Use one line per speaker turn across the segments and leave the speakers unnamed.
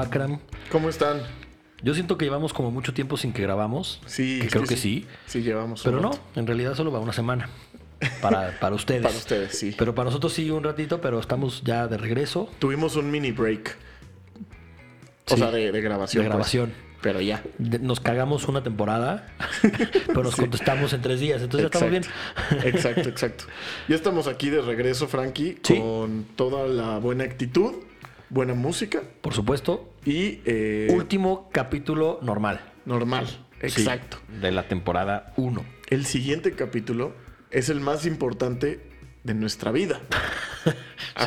Akram.
¿Cómo están?
Yo siento que llevamos como mucho tiempo sin que grabamos.
Sí,
que
es
creo que sí.
Sí, llevamos. un
Pero no,
rato.
en realidad solo va una semana. Para, para ustedes.
Para ustedes, sí.
Pero para nosotros sí un ratito, pero estamos ya de regreso.
Tuvimos un mini break.
Sí.
O sea, de, de grabación.
De
pues.
grabación.
Pero ya.
De- Nos cagamos una temporada, pero nos contestamos en tres días. Entonces ya estamos bien.
Exacto, exacto, exacto. Ya estamos aquí de regreso, Frankie,
Sí.
con toda la buena actitud, buena música
Por supuesto,
y eh,
último capítulo normal.
normal.
Sí,
Exacto.
de la temporada 1.
El siguiente capítulo es el más importante de nuestra vida. Hasta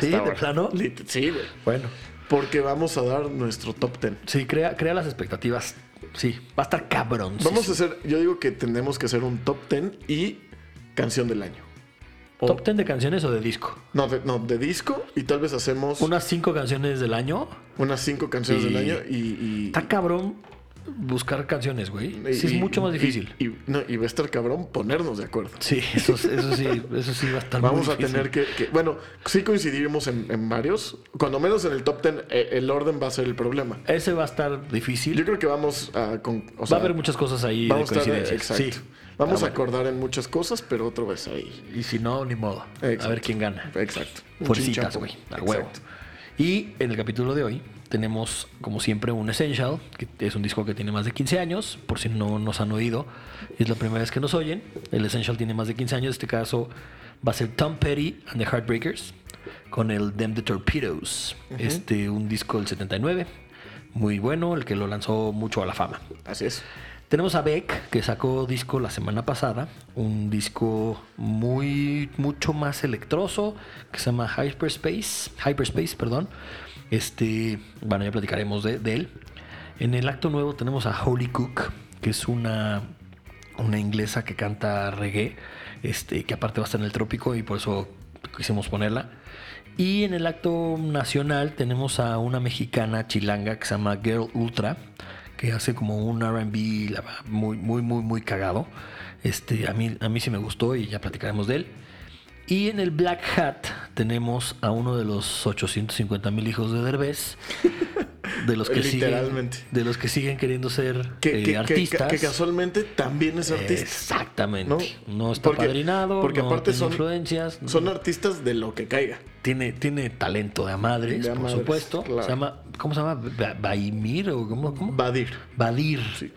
¿Sí? ¿De
ahora.
plano?
Lit- Sí, güey.
Bueno,
Porque vamos a dar nuestro top 10.
sí, crea, crea las expectativas. Sí, va a estar cabrón.
Vamos a hacer, yo digo que tenemos que hacer un top 10 y canción del año. O-
¿Top 10 de canciones o de disco?
No, de, no, de disco y tal vez hacemos
Unas 5 canciones del año.
unas cinco canciones
Y-
del año y... y-
Está cabrón buscar canciones, güey.
y-
Sí, es
y-
mucho más
y-
difícil.
Y, no, y va a estar cabrón ponernos de acuerdo.
Sí, eso, eso sí, eso sí va a estar
Vamos
muy
a
difícil.
tener que, que- Bueno, sí coincidiremos en, en varios. Cuando menos en el top 10, eh, el orden va a ser el problema.
Ese va a estar difícil.
Yo creo que vamos a... con- o
va
sea,
a haber muchas cosas ahí
vamos
de
a estar-
coincidencias.
exacto.
Sí. Ah,
Vamos a
Pero
acordar en muchas cosas, pero otra vez ahí.
bueno, Y si no, ni modo. A
Exacto.
ver quién gana.
Exacto. Un
Fuercitas,
chinchampo.
güey. Al
Exacto.
huevo. Y en el capítulo de hoy tenemos, como siempre, un Essential, que es un disco que tiene más de 15 años, por si no nos han oído, es la primera vez que nos oyen. El Essential tiene más de 15 años, en este caso va a ser Tom Petty and the Heartbreakers, con el Them the Torpedoes, este, un disco del 79, muy bueno, el que lo lanzó mucho a la fama.
Así es.
Tenemos a Beck, que sacó disco la semana pasada, un disco muy, mucho más electroso, que se llama Hyperspace, Hyperspace, perdón. Este, bueno, ya platicaremos de, de él. En el acto nuevo tenemos a Holly Cook, que es una, una inglesa que canta reggae, este, que aparte va a estar en el trópico y por eso quisimos ponerla. Y en el acto nacional tenemos a una mexicana chilanga que se llama Girl Ultra, que hace como un RB la va- muy, muy, muy, muy cagado. Este, a, mí, a mí sí me gustó y ya platicaremos de él. Y en el Black Hat tenemos a uno de los 850 mil hijos de Derbez, de los que siguen,
Literalmente.
de los que siguen queriendo ser
que,
eh,
que- que-
artistas.
que casualmente también es artista.
Exactamente.
¿no?
No, está
Porque-
padrinado,
porque
no
aparte
tiene
son-
influencias.
Son artistas de lo que caiga.
Tiene, tiene talento de a madres,
De a
por
madres,
supuesto.
claro.
Se llama, ¿cómo se llama? Ba- Baimir o cómo, cómo?
Badir.
Badir.
Sí.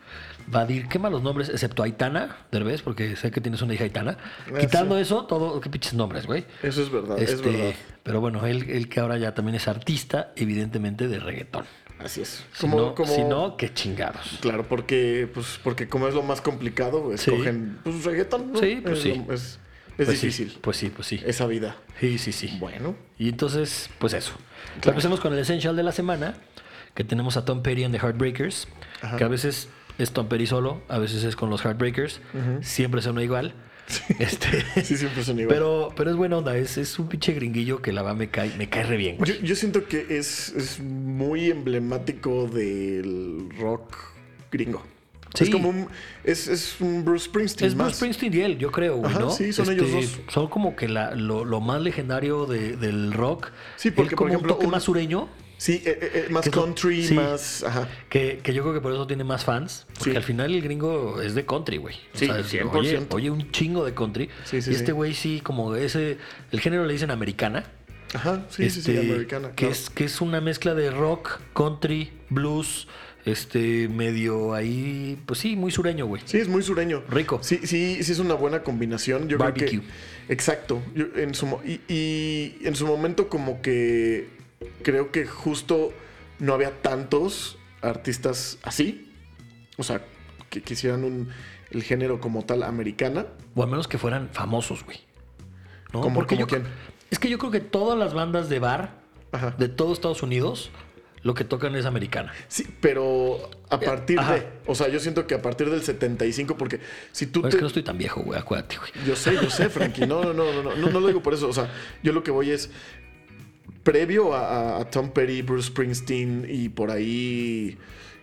Badir, qué malos nombres, excepto Aitana, Derbez, porque sé que tienes una hija Aitana. Quitando eso, todo, qué pinches nombres, güey.
Eso es verdad, Ah, es
Este,
verdad.
pero bueno, él, él que ahora ya también es artista, evidentemente de reggaetón.
Así es.
Si,
Como,
no,
como-
si no, qué chingados.
Claro, porque, pues, porque como es lo más complicado,
Sí.
escogen pues, reggaetón. ¿no?
Sí, pues,
es
sí.
lo- es es
Pues sí,
difícil
pues sí, pues sí.
esa vida.
Sí, sí, sí.
Bueno.
Y entonces, pues eso.
Claro.
Empecemos con el Essential de la semana, que tenemos a Tom Petty and the Heartbreakers,
Ajá.
que a veces es Tom Petty solo, a veces es con los Heartbreakers, siempre suena igual. Este,
Sí, siempre son igual.
pero, pero es buena onda, es, es un pinche gringuillo que la va, me cae, me cae re bien. güey.
Yo, yo siento que es, es muy emblemático del rock gringo.
Sí.
Es como un, es, es un Bruce Springsteen
Es Bruce
más.
Springsteen y él, yo creo, güey,
Ajá,
¿no? Este,
sí, son ellos dos.
Son como que la- lo, lo más legendario de- del rock.
Sí, porque,
Él
por
como
ejemplo,
un toque
un-
más sureño.
Sí, eh, eh, eh, más
Que es lo-
country,
sí.
más... Ajá.
Que, que yo creo que por eso tiene más fans. Porque
Sí.
al final el gringo es de country, güey. O
Sí,
sea, es-
100%.
Oye, oye, un chingo de country.
Sí, sí,
y este
sí.
güey sí, como ese. El género le dicen americana.
Ajá, sí, sí,
este,
sí, americana.
Que,
claro.
es, que es una mezcla de rock, country, blues, este, medio ahí. Pues sí, muy sureño, güey.
Sí, es muy sureño.
Rico.
Sí, sí, sí es una buena combinación. Yo creo
Barbecue.
que. Exacto. Yo- en su, mo- y, y en su momento, como que creo que justo no había tantos artistas así. O sea, que quisieran un, el género como tal americana.
O al menos que fueran famosos, güey. ¿No?
¿Cómo-
Porque yo
cómo
cre-
quién?
Es que yo creo que todas las bandas de bar
Ajá.
de todo Estados Unidos lo que tocan es americana.
Sí, pero a partir
Eh, Ajá.
de. O sea, yo siento que a partir del 75, porque si tú.
Pero es
te-
que no estoy tan viejo, güey. Acuérdate, güey.
Yo sé, yo sé, Frankie. No, no, no, no, no, no, no lo digo por eso. O sea, yo lo que voy es. Previo a, a- a Tom Petty, Bruce Springsteen y por ahí.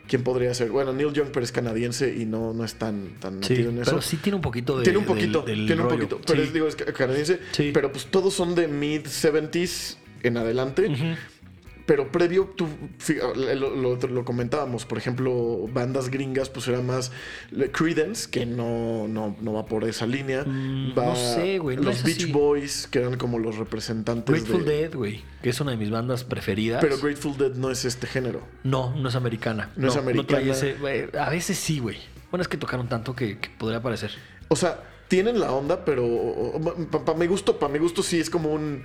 ¿Quién podría ser? Bueno, Neil Young, pero es canadiense y no, no es tan, tan
Sí,
metido en eso.
pero sí tiene un poquito de.
tiene un poquito,
del- del
tiene un
rollo.
poquito. Pero
Sí.
es, digo, es ca- canadiense.
Sí.
Pero pues todos son de mid 70s en adelante. Pero previo, tú, fija- lo, lo- lo comentábamos, por ejemplo, bandas gringas, pues era más le- Creedence, que no, no, no va por esa línea.
Mm,
Va
no sé, güey, no
Los
es
Beach
así.
Boys, que eran como los representantes
Grateful
de...
Dead, güey, que es una de mis bandas preferidas.
Pero Grateful Dead no es este género.
No, no es americana.
No es
trae
americana.
ese- güey, a veces sí, güey. Bueno, es que tocaron tanto que, que podría parecer.
O sea, tienen la onda, pero para mi gusto, para mi gusto sí es como un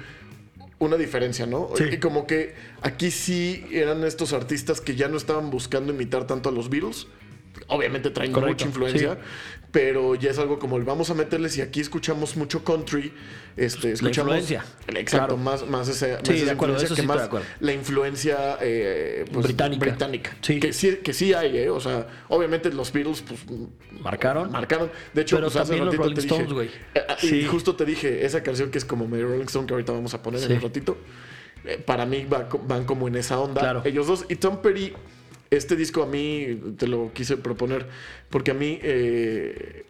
una diferencia, ¿no?
Sí.
Y como que aquí sí eran estos artistas que ya no estaban buscando imitar tanto a los Beatles. Obviamente traen
Correcto,
mucha influencia,
sí.
pero ya es algo como el vamos a meterles y aquí escuchamos mucho country, este, escuchamos
influencia.
exacto,
Claro.
más más ese, más
Sí,
esa
de acuerdo,
influencia
eso sí
que
estoy
más
de acuerdo.
la influencia eh, pues,
Británica. Sí.
que sí que sí hay, eh, o sea, obviamente los Beatles pues
Marcaron.
marcaron. De hecho,
Pero
pues, hace
también los
ratito
Rolling
te dije-
Stones, güey.
Eh, eh, Y
Sí.
justo te dije, esa canción que es como medio Rolling Stone que ahorita vamos a poner
Sí.
en un ratito. eh, para mí va co- van como en esa onda.
Claro.
Ellos dos. Y Tom Perry, este disco a mí te lo quise proponer porque a mí eh,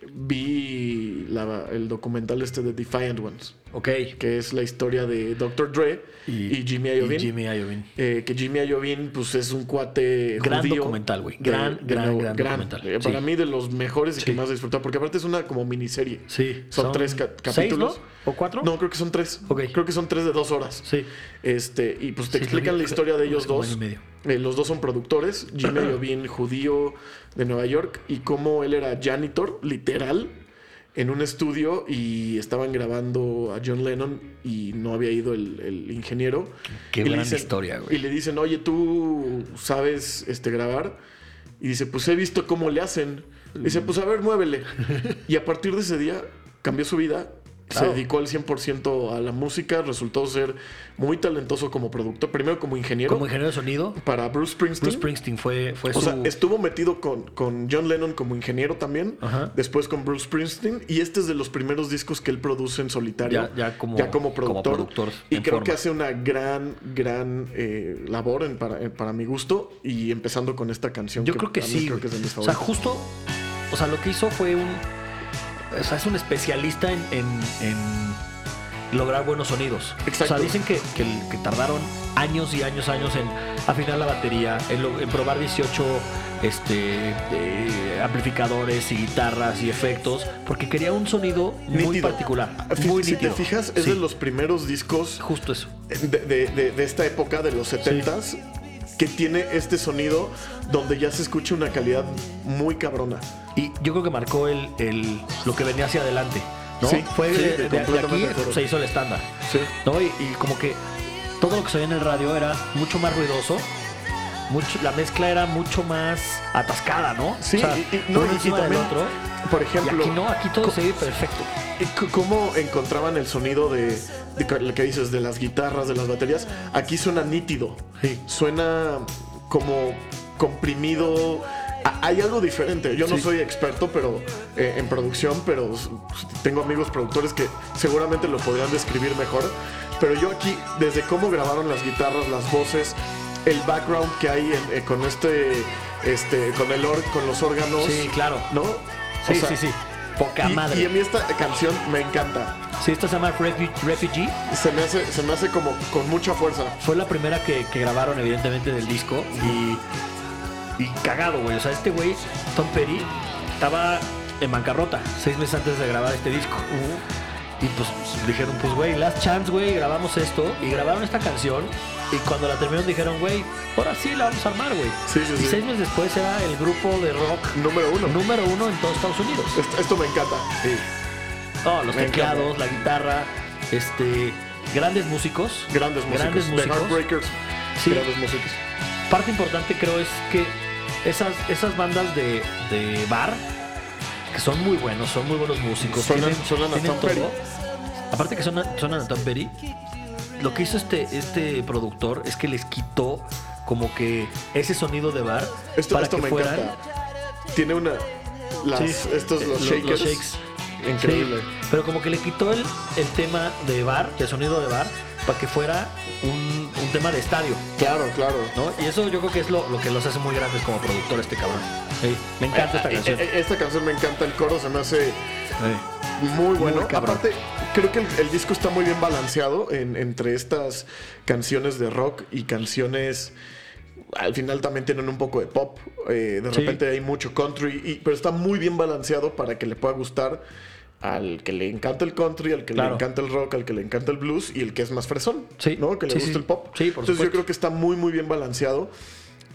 vi la- el documental este de Defiant Ones,
Ok.
que es la historia de Dr. Dre y, Jimmy Iovine.
Jimmy Iovine.
Eh, que Jimmy Iovine, pues es un cuate
Gran
judío.
documental, güey.
De-
Gran,
de
gran,
nuevo,
gran documental.
Eh, Para
Sí.
mí de los mejores y que
Sí.
más disfrutar, porque aparte es una como miniserie.
Sí.
Son, tres ca-
seis,
capítulos.
¿no? ¿O cuatro?
No, creo que son tres.
Ok.
Creo que son tres de dos horas.
Sí.
Este, y pues
Sí,
te
lo
explican
vi.
la historia de ellos
Como
dos.
año y medio.
Eh, los dos son productores. Jimmy Iovine, judío de Nueva York, y cómo él era janitor, literal, en un estudio y estaban grabando a John Lennon y no había ido el, el ingeniero.
Qué
Y le
gran historia, güey.
Y le dicen, oye, ¿tú sabes este, grabar? Y dice, pues he visto cómo le hacen. Dice, pues a ver, muévele. y a partir de ese día cambió su vida.
Claro.
Se dedicó al 100% a la música. Resultó ser muy talentoso como productor. Primero como ingeniero.
Como ingeniero de sonido,
para Bruce Springsteen.
Bruce Springsteen fue, fue
O
su.
sea, estuvo metido con, con John Lennon como ingeniero también,
Ajá.
después con Bruce Springsteen, y este es de los primeros discos que él produce en solitario,
Ya- ya como- como
productor.
productor,
y
en
creo que
forma.
hace una gran, gran eh, labor en- para, en- para mi gusto, y empezando con esta canción.
Yo creo que
a mí
sí.
creo
güey.
que es de mis
o sea,
favoritas.
justo. O sea, lo que hizo fue un. O sea, es un especialista en, en- en lograr buenos sonidos.
Exacto.
O sea, dicen que, que el- que tardaron años y años, años en afinar la batería, en, lo- en probar 18 este, eh, amplificadores y guitarras y efectos, porque quería un sonido muy
Nítido.
particular.
Fi-
Muy
si
nítido.
te fijas, es
Sí,
de los primeros discos
Justo eso.
de, de- de- de esta época, de los 70s, que tiene este sonido donde ya se escucha una calidad muy cabrona.
Y yo creo que marcó el, el- lo que venía hacia adelante. ¿no?
Sí,
Fue
sí,
de- de- de
completamente
aquí
de acuerdo.
se hizo el estándar.
Sí.
¿no? Y, y como que todo lo que se veía en el radio era mucho más ruidoso. Mucho, la mezcla era mucho más atascada, ¿no?
Sí,
o sea,
y, y- no,
uno
y- y
encima del
también,
otro.
por
Y
ejemplo,
aquí no, aquí todo se ve perfecto.
y c- ¿cómo encontraban el sonido de, de ca- lo que dices, de las guitarras, de las baterías? Aquí suena nítido,
Sí.
suena como comprimido. A- Hay algo diferente. Yo no
Sí.
soy experto pero eh, en producción, pero s- tengo amigos productores que seguramente lo podrían describir mejor. Pero yo aquí, desde cómo grabaron las guitarras, las voces, el background que hay en- eh, con este, este, con el or- con los órganos,
Sí, claro.
¿no?
Sí,
O sea,
sí, sí. Poca
y,
madre.
y a mí esta canción me encanta.
Sí, esta se llama Refuge- Refugee.
Se me hace, se me hace como con mucha fuerza.
Fue la primera que, que grabaron, evidentemente, del disco. Y, y cagado, güey. O sea, este güey, Tom Petty, estaba en bancarrota seis meses antes de grabar este disco. Y pues dijeron, pues, güey, last chance, güey, grabamos esto. Y grabaron esta canción. Y cuando la terminaron dijeron, güey, ahora sí la vamos a armar, güey.
Sí, sí,
y
sí.
seis meses después era el grupo de rock
Número uno.
número uno en todos Estados Unidos.
Esto, esto me encanta.
No, los
Me encanta.
teclados, la guitarra, este... Grandes músicos.
Grandes músicos.
Grandes músicos.
The Heartbreakers.
Sí.
Grandes músicos.
parte importante creo es que esas, esas bandas de, de bar, que son muy buenos, son muy buenos músicos,
Suenan-
tienen,
suenan a
tienen
Tom Petty.
Aparte que suenan, suenan a Tom Petty, lo que hizo este, este productor es que les quitó como que ese sonido de bar
Esto,
para
esto
que
me
fueran...
encanta. Tiene una. Las,
Sí,
estos,
eh,
los,
lo-
shakers.
shakes.
Increíble.
Sí, pero como que le quitó el, el tema de bar, el sonido de bar, para que fuera un, un tema de estadio.
Claro, claro.
¿no? Y eso yo creo que es lo, lo que los hace muy grandes como productor este cabrón. Sí, me encanta esta
Eh,
canción.
eh, Esta canción me encanta. El coro se me hace muy bueno.
cabrón.
Aparte, creo que el, el disco está muy bien balanceado en- entre estas canciones de rock y canciones. Al final también tienen un poco de pop. eh, de
Sí.
repente hay mucho country, y- pero está muy bien balanceado para que le pueda gustar al que le encanta el country, al que
Claro.
le encanta el rock, al que le encanta el blues y el que es más fresón.
Sí.
¿No? Que le
Sí,
gusta
sí.
el pop.
Sí, por
Entonces yo
supuesto.
creo que está muy, muy bien balanceado.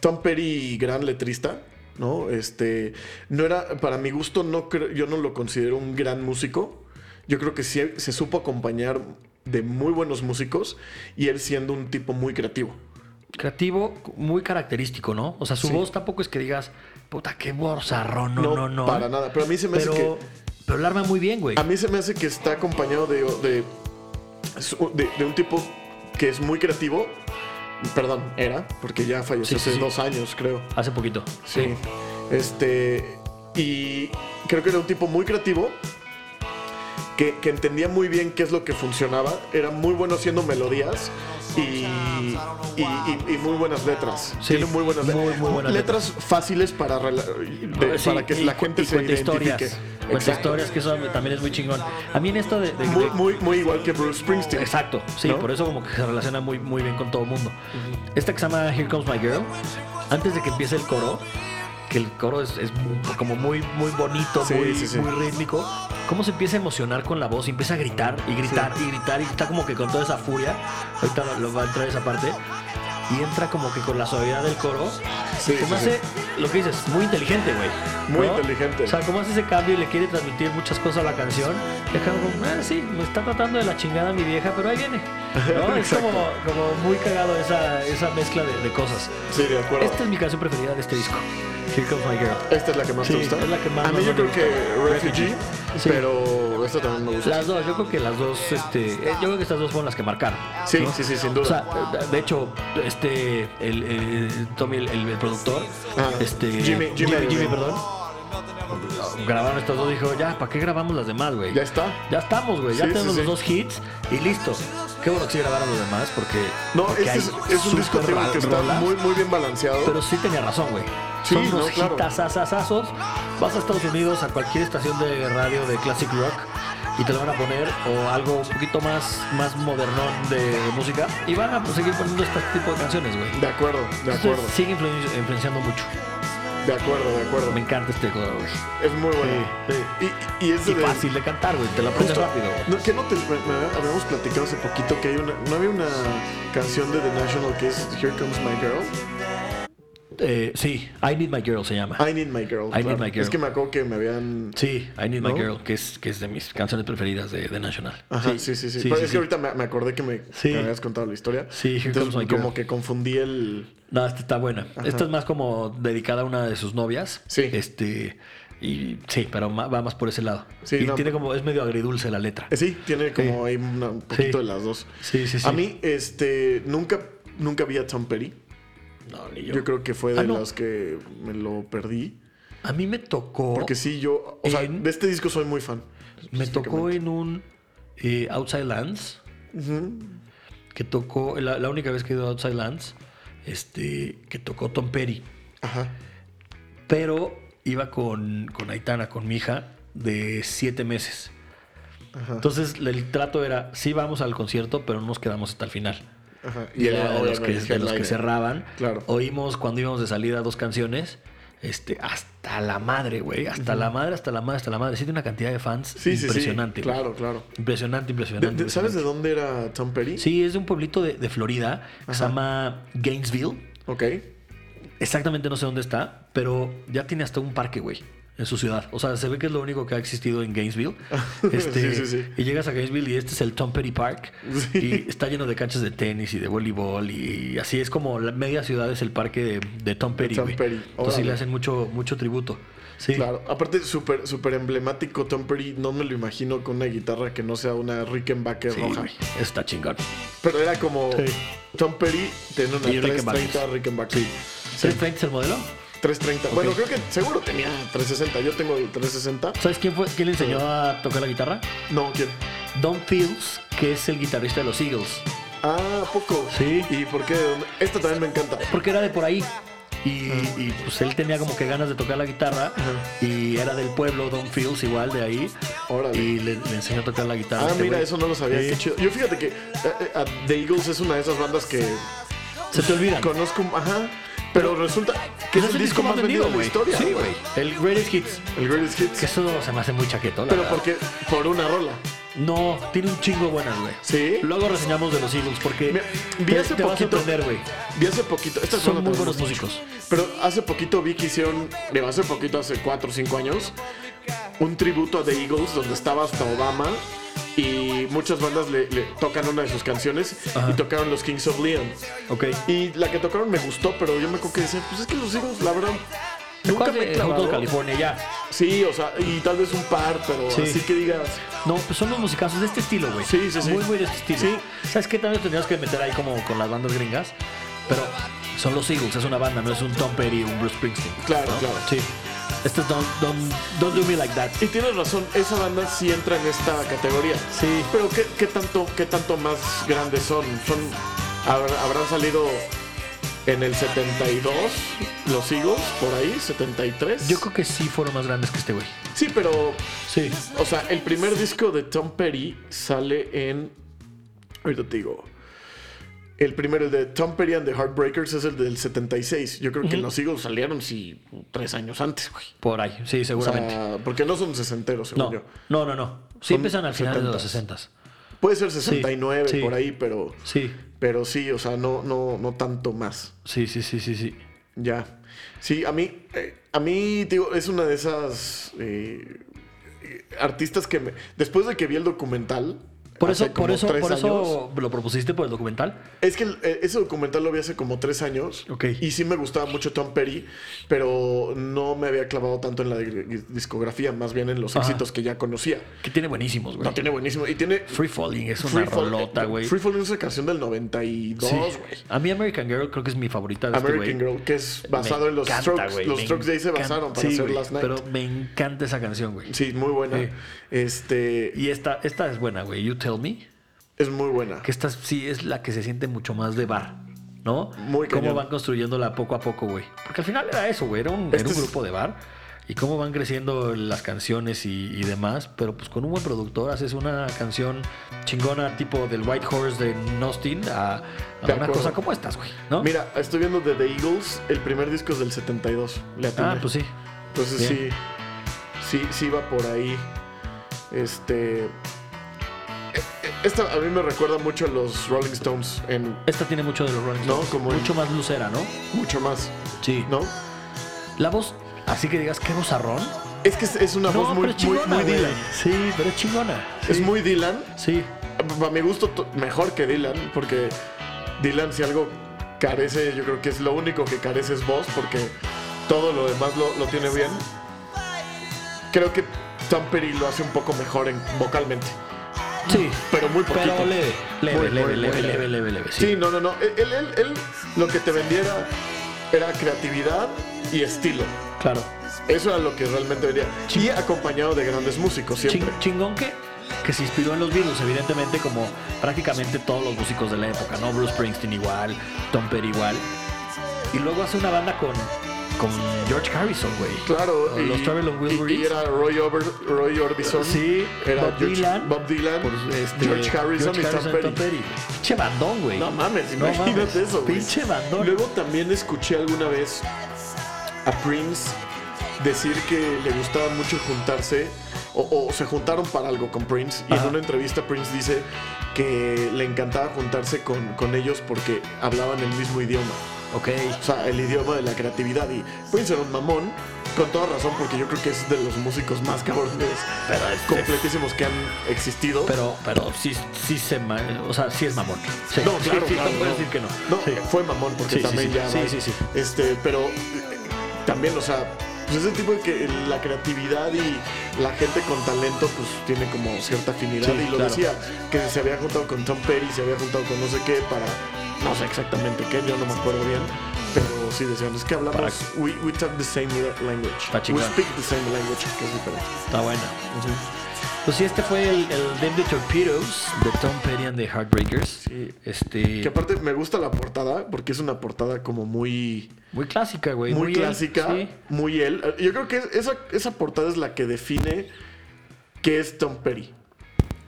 Tom Perry, gran letrista, ¿no? Este, no era, para mi gusto, no creo- yo no lo considero un gran músico. Yo creo que sí se supo acompañar de muy buenos músicos y él siendo un tipo muy creativo.
Creativo, muy característico, ¿no? O sea, su
Sí.
voz tampoco es que digas, puta, qué borzarrón, no, no, no.
Para nada. Pero a mí se me
Pero,
hace que.
pero la arma muy bien, güey.
A mí se me hace que está acompañado de, de, de- de un tipo que es muy creativo. Perdón, era, porque ya falleció
Sí, sí,
hace
sí.
dos años, creo.
Hace poquito.
Sí. Este. Y creo que era un tipo muy creativo. Que, que entendía muy bien qué es lo que funcionaba. Era muy bueno haciendo melodías y, y- y- y muy buenas letras.
Sí,
Tiene muy buenas
muy,
letras.
muy buenas
letras. fáciles para, rela- de-
Sí,
para que
y
la
cu-
gente
y
se
cuenta
identifique.
historias. Cuenta
Exacto.
historias, que eso también es muy chingón. A mí en esto de. de-
Muy,
de-
muy, muy igual que Bruce Springsteen.
Exacto, sí,
¿No?
por eso como que se relaciona muy, muy bien con todo el mundo. Esta que se llama Here Comes My Girl, antes de que empiece el coro, que el coro es, es como muy, muy bonito,
Sí,
muy,
sí, sí.
muy rítmico, cómo se empieza a emocionar con la voz y empieza a gritar y gritar y gritar y está como que con toda esa furia, ahorita lo, lo va a entrar esa parte, y entra como que con la suavidad del coro.
Sí,
se
sí,
me
sí.
hace lo que dices, muy inteligente, güey.
Muy inteligente.
O sea, como hace ese cambio y le quiere transmitir muchas cosas a la canción, deja como, ah, sí, me está tratando de la chingada mi vieja, pero ahí viene. ¿No? es como, como muy cagado esa, esa mezcla de, de cosas.
Sí, de acuerdo.
Esta es mi canción preferida de este disco. Here Comes My Girl.
Esta es la que más
Sí,
te gusta.
es la que más
a mí
me
yo creo
gusta.
que Refugee,
Sí.
pero esta también me gusta.
Las dos, yo creo que las dos, este, eh, yo creo que estas dos fueron las que marcaron.
Sí,
¿no?
sí, sí, sin duda.
O sea, eh, de hecho, este, el, el- Tommy, el, el- el productor,
Ah,
este,
Jimmy- Jimmy Iovine.
perdón, grabaron estas dos, dijo, ya, ¿para qué grabamos las demás, güey?
ya está.
Ya estamos, güey, ya
Sí, sí,
tenemos
sí.
los dos hits y listo. Qué bueno que sí grabaron los demás porque.
No,
porque
este
hay
es, es un disco
súper
tío, que está
rolas,
muy, muy bien balanceado.
Pero sí tenía razón, güey.
Sí,
Son unos
no, claro.
hitasasasazos. Vas a Estados Unidos, a cualquier estación de radio de Classic Rock y te lo van a poner o algo un poquito más, más modernón de música y van a pues, seguir poniendo este tipo de canciones, güey.
de acuerdo, de
Entonces,
acuerdo,
Sigue influen- influenciando mucho.
de acuerdo, de acuerdo.
Me encanta este color, güey.
Es muy bueno.
Sí,
Y, y es de...
Y fácil de cantar, güey. Te la aprendes
Justo,
rápido. güey.
no, que no te, me- me habíamos platicado hace poquito que hay una, no había una canción de The National que es Here Comes My Girl.
Eh, sí, I Need My Girl se llama.
I Need My Girl.
I Need My Girl.
Es que me acuerdo que me habían
Sí, I Need My
¿No?
Girl, que es, que es de mis canciones preferidas de, de National.
Ajá, sí, sí, sí.
sí,
Pero
sí,
es
sí.
que ahorita me, me acordé que me,
Sí.
me habías contado la historia.
Sí, Here
Entonces,
Comes My
como
Girl.
que confundí el.
No, esta está buena. Esta es más como dedicada a una de sus novias.
Sí.
Este, y sí, pero ma- va más por ese lado.
Sí,
y
no.
tiene como, es medio agridulce la letra.
eh, Sí, tiene como ahí una- un
Sí.
poquito de las dos.
Sí, sí, sí.
A mí, este, nunca, nunca vi a Tom Petty.
No, ni
Yo,
yo.
creo que fue de
Ah, no.
las que me lo perdí.
A mí me tocó.
Porque sí, yo. O sea,
Oh. En-
de este disco soy muy fan.
me tocó en un eh, Outside Lands.
Ujú.
Que tocó. La, la única vez que he ido a Outside Lands. Este. Que tocó Tom Perry.
Ajá.
Pero iba con, con Aitana, con mi hija, de siete meses.
Ajá.
Entonces el trato era, sí vamos al concierto, pero no nos quedamos hasta el final.
Ajá.
Y era de los que,
obviamente,
de los que
headliner.
cerraban.
Claro.
Oímos cuando íbamos de salida dos canciones. Este, hasta la madre, güey. Hasta la madre, hasta la madre, hasta la madre. Sí, tiene una cantidad de fans
Sí, sí, sí.
impresionante. güey.
Claro, claro.
Impresionante,
De-
impresionante.
de- ¿Sabes de dónde era Tom Petty?
Sí, es de un pueblito de, de Florida que se llama Gainesville.
Ok.
Exactamente no sé dónde está, pero ya tiene hasta un parque, güey, en su ciudad. O sea, se ve que es lo único que ha existido en Gainesville. Este,
Sí, sí, sí.
Y llegas a Gainesville y este es el Tom Petty Park.
Sí.
Y está lleno de canchas de tenis y de voleibol. Y así es como la media ciudad es el parque de, de Tom Petty.
Tom
güey.
Petty,
Entonces sí
órale.
le hacen mucho, mucho tributo. Sí.
Claro, aparte súper súper emblemático Tom Petty, no me lo imagino con una guitarra que no sea una Rickenbacker
Sí,
roja.
güey, Está chingón.
Pero era como
Sí.
Tom Petty tenía una
Y Rickenbacker.
330 Rickenbacker.
Sí. ¿320 es el modelo?
330. Bueno, creo que seguro tenía 360. Yo tengo el 360.
¿Sabes quién, fue, quién le enseñó a tocar la guitarra?
No, ¿quién?
Don Fields, que es el guitarrista de los Eagles.
Ah, ¿a poco.
Sí.
¿Y por qué? ¿De dónde? Esta también me encanta.
Porque era de por ahí. Y, y, pues él tenía como que ganas de tocar la guitarra y era del pueblo, Don Fields igual de ahí.
Órale.
Y le, le enseñó a tocar la guitarra. a
Ah,
este
mira,
güey.
eso no lo sabía.
Sí.
Qué chido. Yo fíjate que eh, eh, a The Eagles es una de esas bandas que
Se te Pues olvidan.
conozco. Ajá. Pero resulta que es el disco más vendido de la
güey.
historia.
Sí, güey. El Greatest Hits.
El Greatest Hits.
Que eso se me hace muy chaqueto, la
Pero
verdad.
porque por una rola.
No, tiene un chingo buenas, güey.
¿Sí?
Luego reseñamos de los Eagles porque
Mira, vi
te,
hace
te va a
poquito- Este
sorprender, güey.
Vi hace poquito. Estas
Son
bandas
muy buenos
también me gustan
músicos.
mucho. Pero hace poquito vi que hicieron. Digo, hace poquito, hace 4 o 5 años. Un tributo a The Eagles donde estaba hasta Obama. Y muchas bandas le, le tocan una de sus canciones.
Ajá.
Y tocaron los Kings of Leon.
Ok.
Y la que tocaron me gustó, pero yo me acuerdo que decía, pues es que los Eagles, la verdad, nunca me he
Hotel
clavado.
California, ya.
Sí, o sea, y tal vez un par, pero
Sí.
así que digas,
No, pues son los musicazos de este estilo, güey.
Sí, sí, sí.
Muy, muy de este estilo.
Sí.
¿Sabes qué? También tendrías que meter ahí como con las bandas gringas. Pero son los Eagles, es una banda, no es un Tom Petty o un Bruce Springsteen.
claro, claro.
Sí. Este es Don't, Don't- Don't Do Me Like That.
Y tienes razón, esa banda sí entra en esta categoría.
Sí.
Pero ¿qué, qué tanto, qué tanto más grandes son? son habr- Habrán salido en el 72 los Eagles, por ahí, 73.
Yo creo que sí fueron más grandes que este güey.
Sí, pero,
Sí.
o sea, el primer disco de Tom Petty sale en... Ahorita te digo. El primero, el de Tom Petty and the Heartbreakers, es el del 76. Yo creo que los Eagles salieron, sí, tres años antes, güey.
Por ahí, sí,
O
seguramente.
sea, porque no son sesenteros, según
no,
Ah, yo.
no, no, no. Sí
Son
empiezan al final de los 60.
70s. Puede ser 69
Sí, sí.
por ahí, pero,
Sí,
pero sí, o sea, no, no, no tanto más.
sí, sí, sí, sí, sí.
Ya. Sí, a mí, eh, a mí, digo, es una de esas eh, eh, artistas que me- después de que vi el documental.
Por
hace
eso, por
como
eso,
tres
por
años,
eso lo propusiste por el documental.
Es que el- eh, ese documental lo vi hace como tres años.
Ok.
Y sí me gustaba mucho Tom Petty, pero no me había clavado tanto en la di- discografía, más bien en los
Ajá.
éxitos que ya conocía.
Que tiene buenísimos, güey.
No, tiene buenísimo. Y tiene
Free Falling es una
Free Fall-
rolota,
eh,
güey.
Free Falling es una canción del 92,
Sí.
güey.
A mí American Girl creo que es mi favorita de
American
este güey.
Girl, que es basado
Me
en los
encanta,
Strokes.
güey,
los
me
Strokes de ahí se
encanta.
basaron para
Sí,
hacer
güey,
Last Night.
Pero me encanta esa canción, güey.
Sí, muy buena.
Sí.
Este
Y esta, esta es buena, güey. You Tell Me.
es muy buena.
Que esta sí es la que se siente mucho más de bar, ¿no?
Muy
Cómo
cañón.
van construyéndola poco a poco, güey. Porque al final era eso, güey. Era un, era
Este
un
es-
grupo de bar. Y cómo van creciendo las canciones y, y demás. Pero pues con un buen productor haces una canción chingona tipo del White Horse de Nostin a, a
De
una
acuerdo.
cosa como estas, güey. ¿No?
Mira, estoy viendo de The Eagles, el primer disco es del 72. Le atiné.
ah, pues sí.
Entonces
bien.
sí, sí, sí va por ahí. Este. e- e- Esta a mí me recuerda mucho a los Rolling Stones en
Esta tiene mucho de los Rolling
No,
Stones.
como el-
mucho más lucera, ¿no?
mucho más,
Sí.
¿no?
La voz, así que digas, qué vozarrón.
Es que es, es una voz
no,
muy,
pero es chingona,
muy, muy
güey.
Dylan.
Sí, pero es chingona.
Es muy Dylan,
Sí.
Para mi gusto, to- mejor que Dylan, porque Dylan, si algo carece, yo creo que es lo único que carece es voz, porque todo lo demás lo, lo tiene bien. Creo que Tom Petty lo hace un poco mejor en, vocalmente,
Sí.
pero muy poquito.
Pero leve, leve, leve,
Muy, muy,
leve,
muy
leve, leve, leve,
Sí,
sí.
no, no, no. Él, él- él- él lo que te vendiera era creatividad y estilo.
Claro.
Eso era lo que realmente venía. Y acompañado de grandes músicos, siempre.
Chin- chingón que, que se inspiró en los Beatles, evidentemente, como prácticamente todos los músicos de la época, ¿no? Bruce Springsteen igual, Tom Petty igual. Y luego hace una banda con, con George Harrison, güey.
Claro,
O los Traveling Wilburys.
y- y era Roy, Ober- Roy Orbison.
Sí,
era
Bob
George-
Dylan.
Bob Dylan,
Por, este,
George Harrison
George
y Tom
Harrison
Petty.
Pinche bandón, güey.
No mames,
No
imagínate
mames,
eso, güey.
Pinche bandón.
Luego también escuché alguna vez a Prince decir que le gustaba mucho juntarse o, o se juntaron para algo con Prince y
Ajá.
en una entrevista Prince dice que le encantaba juntarse con, con ellos porque hablaban el mismo idioma.
ok.
O sea, el idioma de la creatividad. Y Prince era un mamón, con toda razón, porque yo creo que es de los músicos más cabrones,
Pero es-
completísimos que han existido.
Pero, pero sí, sí se ma- o sea, sí es mamón. Sí,
no, claro,
sí, sí,
claro,
no puedo decir que no.
No,
Sí.
fue mamón, porque
Sí, sí,
también
sí.
ya.
Sí,
va.
sí, sí.
Este, pero eh, también, o sea, pues ese tipo de que la creatividad y la gente con talento, pues tiene como cierta afinidad.
Sí,
y lo
claro.
decía, que se había juntado con Tom Perry, se había juntado con no sé qué para. No sé exactamente qué, yo no me acuerdo bien. Pero sí decían, es que hablamos,
Para-
we, we talk the same la- language.
Pa'
we
chingar.
speak the same language, que es diferente.
Está buena. Pues sí, este fue el, el Them the Torpedoes de Tom Petty and the Heartbreakers.
Sí.
Este,
Que aparte me gusta la portada porque es una portada como muy,
muy clásica, güey.
muy, clásica,
Sí.
muy él. Yo creo que es- esa, esa portada es la que define qué es Tom Perry.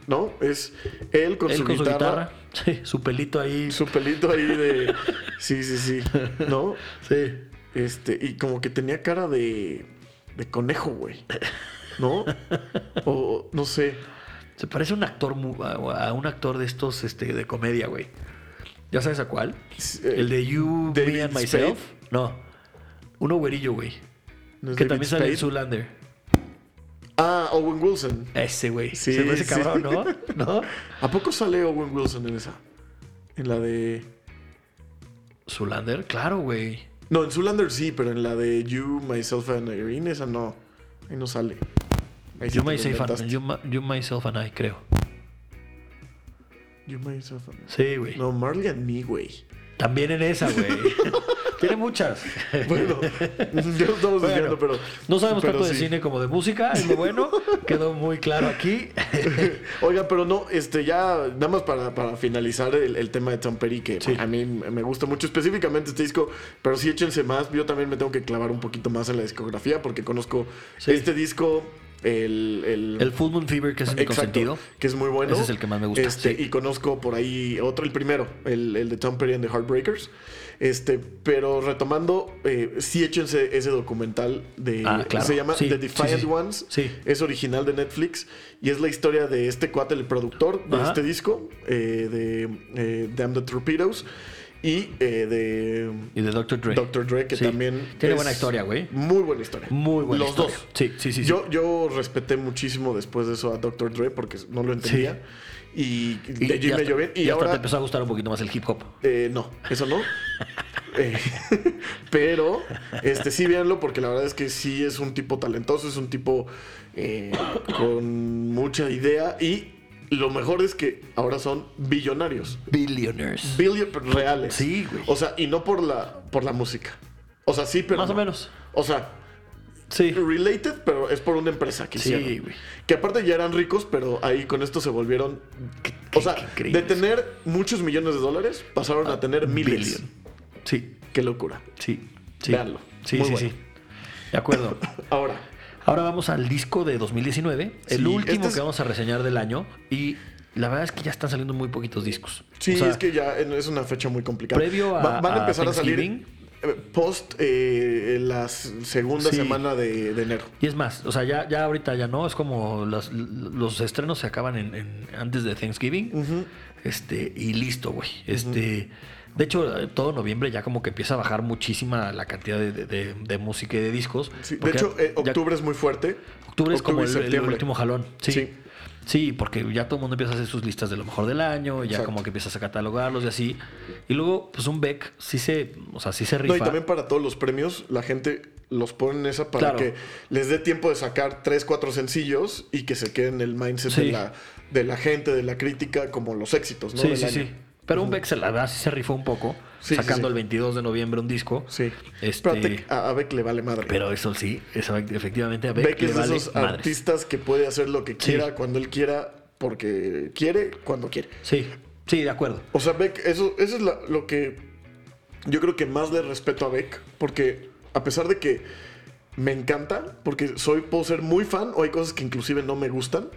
¿No? Es él con,
Él
su,
con su
guitarra,
guitarra. Sí, su pelito ahí.
su pelito ahí de. Sí, sí, sí. ¿No?
Sí.
Este, y como que tenía cara de. de conejo, güey. ¿No? O no sé.
Se parece a un actor, mu- a a un actor de estos este, de comedia, güey. ¿Ya sabes a cuál?
S- eh,
El de You,
David
Me and
Spade.
Myself. No. Uno güerillo, güey.
¿no es
Que
David
también sale en
Spade?
Zoolander.
Ah, Owen Wilson.
Ese, güey.
Sí,
Se parece
sí.
cabrón, ¿no? ¿No?
¿A poco sale Owen Wilson en esa? En la de.
Zoolander, claro, güey.
No, en Zoolander sí, pero en la de You, Myself and Irene, esa no. Ahí no sale. Ahí sí
You,
te lo
myself and,
inventaste.
you, my- you, myself and I, creo.
You, Myself and-
Sí, güey.
No, Marley and Me, güey.
También en esa, güey. Tiene muchas.
Bueno, ya lo estamos
Bueno,
diciendo, pero.
no sabemos
Pues, pero
tanto de
sí.
cine como de música, es lo bueno. Quedó muy claro aquí.
Oiga, pero no, este, ya, nada más para, para finalizar el, el tema de Tom Petty, que
Sí.
a mí me gusta mucho específicamente este disco, pero sí échense más. Yo también me tengo que clavar un poquito más en la discografía porque conozco
Sí.
este disco, el. el-
El Full Moon Fever, que es mi
Exacto,
consentido.
que es muy bueno.
Ese es el que más me gusta,
Este,
sí.
Y conozco por ahí otro, el primero, el, el de Tom Petty and the Heartbreakers. Este, pero retomando, eh, sí échense ese documental de.
Ah, claro.
Se llama
Sí,
The
sí,
Defiant
sí.
Ones.
Sí.
Es original de Netflix y es la historia de este cuate, el productor de
Ajá.
este disco, eh, de eh, Damn the Torpedoes y eh, de
Y de Dr. Dre.
Dr. Dre, que
Sí.
también.
Tiene
es
buena historia, güey.
Muy buena historia.
Muy buena
Los
historia.
dos.
Sí, sí, sí, sí.
Yo, yo respeté muchísimo después de eso a Dr. Dre porque no lo entendía. Y
Y,
de allí
ya
me
hasta-
llové. Y
y hasta te
ahora.
empezó a gustar un poquito más el hip hop.
eh, no, eso no. Eh, pero este sí véanlo porque la verdad es que sí es un tipo talentoso, es un tipo eh, con mucha idea y lo mejor es que ahora son billonarios.
Billionaires.
Billion pero reales.
Sí, güey.
O sea, y no por la, por la música. O sea, sí, pero.
Más o
no.
menos.
O sea,
Sí.
related, pero es por una empresa que
Sí,
hicieron.
güey.
Que aparte ya eran ricos, pero ahí con esto se volvieron.
qué-
o sea,
qué
de
increíbles.
tener muchos millones de dólares, pasaron a tener miles.
Billion. Sí,
Qué locura.
sí, sí.
Véanlo.
Sí,
Muy
sí,
bueno.
sí. De acuerdo.
Ahora,
Ahora vamos al disco de 2019,
Sí,
el último
este es-
que vamos a reseñar del año. Y la verdad es que ya están saliendo muy poquitos discos.
sí,
O sea,
es que ya en- es una fecha muy complicada.
Previo a-
Va- van a
a
empezar a, salir
Thanksgiving.
eh, post eh, la s- segunda
Sí.
semana de, de enero.
Y es más, o sea, ya, ya ahorita ya no, es como las- los estrenos se acaban en, en- antes de Thanksgiving. Este, y listo, güey. Este. De hecho, eh, todo noviembre ya como que empieza a bajar muchísima la cantidad de, de- de- de música y de discos.
Sí, de
porque
hecho,
ya-
eh, octubre es muy fuerte.
Octubre es como
y
el, el
septiembre.
último jalón. Sí.
Sí.
sí. porque ya todo el mundo empieza a hacer sus listas de lo mejor del año, ya
Exacto.
como que empiezas a catalogarlos y así. Y luego, pues un Beck sí se, o sea, sí se rifa.
No, y también para todos los premios, la gente los pone en esa para
Claro.
que les dé tiempo de sacar tres, cuatro sencillos y que se queden en el mindset
Sí.
de, la, de la gente, de la crítica, como los éxitos, ¿no?
sí,
Del
sí,
año.
sí. Pero un Beck, se, la verdad, sí se rifó un poco,
Sí, sí,
sacando
sí.
el 22 de noviembre un disco.
Sí.
Este,
Espérate, a, a Beck le vale madre.
pero eso sí, eso efectivamente a Beck,
Beck
le
es de
vale
esos
madres.
artistas que puede hacer lo que
Sí.
quiera, cuando él quiera, porque quiere, cuando quiere.
Sí, sí, de acuerdo.
O sea, Beck, eso, eso es la- lo que yo creo que más le respeto a Beck, porque a pesar de que me encanta, porque soy, puedo ser muy fan, o hay cosas que inclusive no me gustan,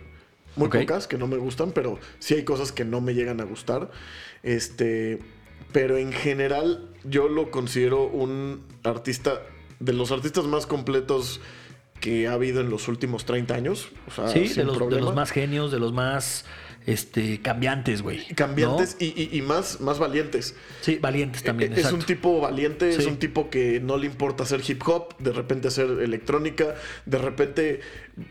muy
Ok.
pocas que no me gustan, pero sí hay cosas que no me llegan a gustar. Este, pero en general yo lo considero un artista, de los artistas más completos que ha habido en los últimos 30 años. O sea,
sí, de
Ah, sin
los, de
problema
los más genios, de los más este, cambiantes, güey. ¿no?
cambiantes y, y- y más, más valientes.
Sí, valientes Pues también.
Eh, es un
exacto.
tipo valiente, es
Sí.
un tipo que no le importa hacer hip hop, de repente hacer electrónica, de repente b-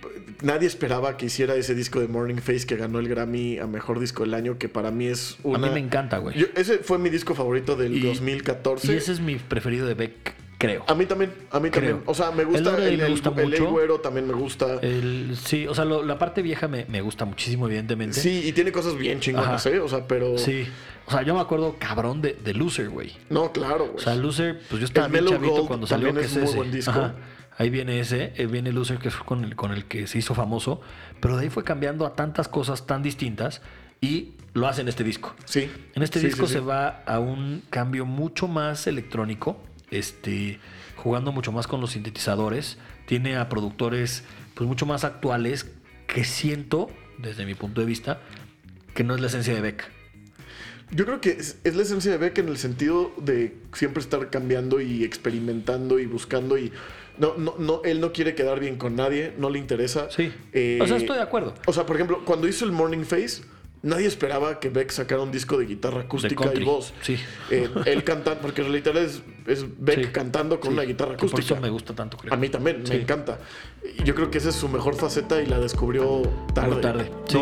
nadie esperaba que hiciera ese disco de Morning Face que ganó el Grammy a mejor disco del año, que para mí es
A
una...
mí me encanta, güey.
Yo- ese fue mi disco favorito del
Y-
2014.
Y ese es mi preferido de Beck, creo.
A mí también, a mí
Creo.
también. O sea, me
El
gusta
Lorde
el,
me
el-
gusta
el
mucho. Eh,
Güero también me gusta.
El- sí, o sea, lo- la parte vieja me, me gusta muchísimo, evidentemente.
sí, y tiene cosas bien chingonas,
Ajá.
¿eh? O sea, pero...
Sí. O O sea, yo me acuerdo cabrón de, de Loser, güey.
No, claro, güey.
O sea, Loser, pues yo estaba
El
bien
Mellow
chavito
Gold
cuando salió,
también
que
es
es
muy
ese.
buen disco.
Ajá. Ahí viene ese, eh, viene Loser, que fue con el, con el que se hizo famoso. Pero de ahí fue cambiando a tantas cosas tan distintas y lo hace en este disco.
sí.
En este
Sí,
disco
sí,
se
sí.
va a un cambio mucho más electrónico, este, jugando mucho más con los sintetizadores. Tiene a productores pues, mucho más actuales que siento, desde mi punto de vista, que no es la esencia de Beck.
Yo creo que es, es la esencia de Beck en el sentido de siempre estar cambiando y experimentando y buscando y no, no, no, él no quiere quedar bien con nadie, no le interesa.
Sí.
Eh,
o sea, estoy de acuerdo.
O sea, por ejemplo, cuando hizo el Morning Face, nadie esperaba que Beck sacara un disco de guitarra acústica y
country,
voz.
sí.
Eh, él cantando, porque literal es, es Beck
Sí.
cantando con
Sí,
una guitarra
que Por
acústica.
eso me gusta tanto, creo.
A mí también,
Sí.
me encanta. Yo creo que esa es su mejor faceta y la descubrió tarde.
Muy tarde,
¿no?
sí.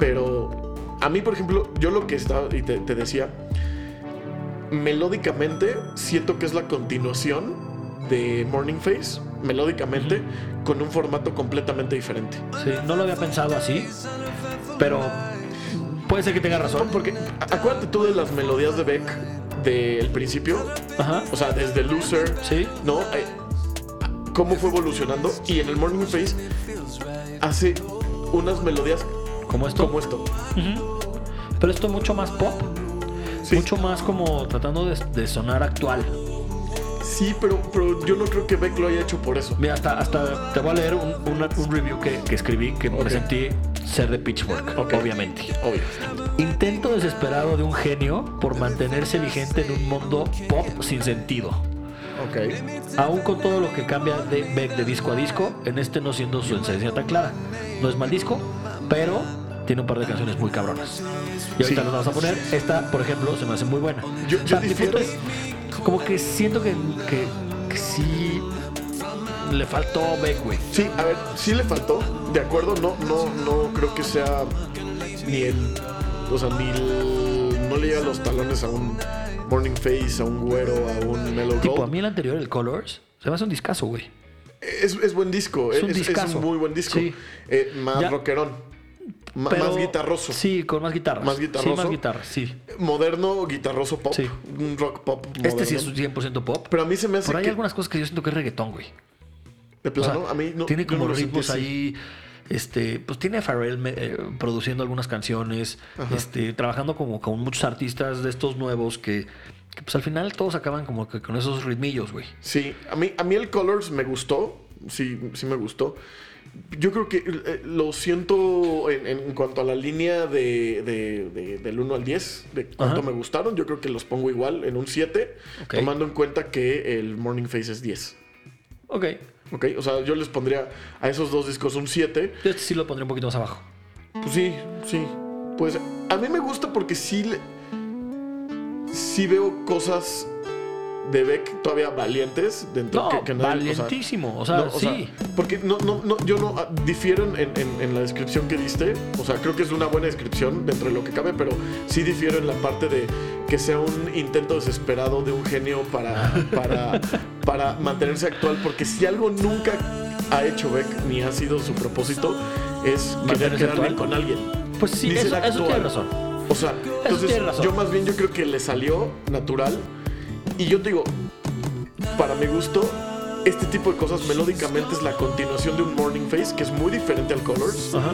Pero a mí, por ejemplo, yo lo que estaba y te, te decía, melódicamente siento que es la continuación de Morning Face, melódicamente, con un formato completamente diferente.
Sí, no lo había pensado así, pero puede ser que tenga razón.
Porque a- acuérdate tú de las melodías de Beck del principio,
Ajá.
o sea, desde Loser,
Sí.
¿no? Eh, cómo fue evolucionando y en el Morning Face hace unas melodías
Como esto.
como esto.
Pero esto es mucho más pop.
Sí.
Mucho más como tratando de, de sonar actual.
Sí, pero, pero yo no creo que Beck lo haya hecho por eso.
Mira, hasta, hasta te voy a leer un, una- un review que, que escribí que
Ok.
presentí ser de Pitchfork,
Ok.
obviamente.
Obvio.
Intento desesperado de un genio por mantenerse vigente en un mundo pop sin sentido.
Ok.
Aún con todo lo que cambia de Beck de disco a disco, en este no siendo su esencia tan clara. No es mal disco, pero tiene un par de canciones muy cabronas. Y ahorita
Sí.
las vamos a poner. Esta, por ejemplo, se me hace muy buena.
Yo- yo difiero.
es- como que siento que, que, que sí le faltó Beck, güey.
Sí, a ver, sí le faltó, de acuerdo, no, no, no creo que sea ni el, o sea, ni el- no le llega los talones a un Morning Face, a un güero, a un Mellow
Tipo, a
Gold.
mí el anterior, el Colors, se me hace un discazo, güey.
Es, es buen disco,
Es
es
un
es un,
discazo.
muy buen disco.
Sí.
Eh, más
Ya.
rockerón, ma-
Pero-
más guitarroso.
Sí, con más guitarras.
Más guitarroso.
Sí, más guitarras, sí.
moderno, guitarroso pop,
Sí.
un rock pop. moderno.
Este sí es un 100% pop.
Pero a mí se me hace
Por ahí
que-
algunas cosas que yo siento que es reggaetón, güey.
de
O sea,
plano, a mí no.
tiene
yo no
como
lo sentí
ritmos
así.
ahí. Este, pues tiene a Pharrell me- eh, produciendo algunas canciones, este, trabajando como con muchos artistas de estos nuevos que, que, pues al final todos acaban como que con esos ritmillos, güey.
Sí, a mí, a mí el Colors me gustó, sí, sí me gustó. Yo creo que eh, lo siento en, en cuanto a la línea de, de- de- del 1 al 10, de cuánto
Ajá.
me gustaron, yo creo que los pongo igual en un 7,
Ok.
tomando en cuenta que el Morning Face es 10.
Ok,
¿Ok? O sea, yo les pondría a esos dos discos un 7.
yo este sí lo pondré un poquito más abajo.
Pues sí, sí. Pues a mí me gusta porque sí, le- sí veo cosas de Beck todavía valientes dentro
No,
que, que nadie- o sea,
valientísimo, o sea,
no, o sea,
sí.
porque no, no, no, yo no ah, difiero en, en- en- en la descripción que diste. O sea, creo que es una buena descripción dentro de lo que cabe, pero sí difiero en la parte de que sea un intento desesperado de un genio para, para, para mantenerse actual. Porque si algo nunca ha hecho Beck ni ha sido su propósito, es querer
Mantenerse
quedar bien
actual.
con alguien.
Pues sí,
Ni ser
eso, eso
actual.
tiene razón.
O sea, entonces
tiene razón.
yo más bien yo creo que le salió natural. Y yo te digo, para mi gusto, este tipo de cosas melódicamente es la continuación de un Morning Face que es muy diferente al Colors
Ajá.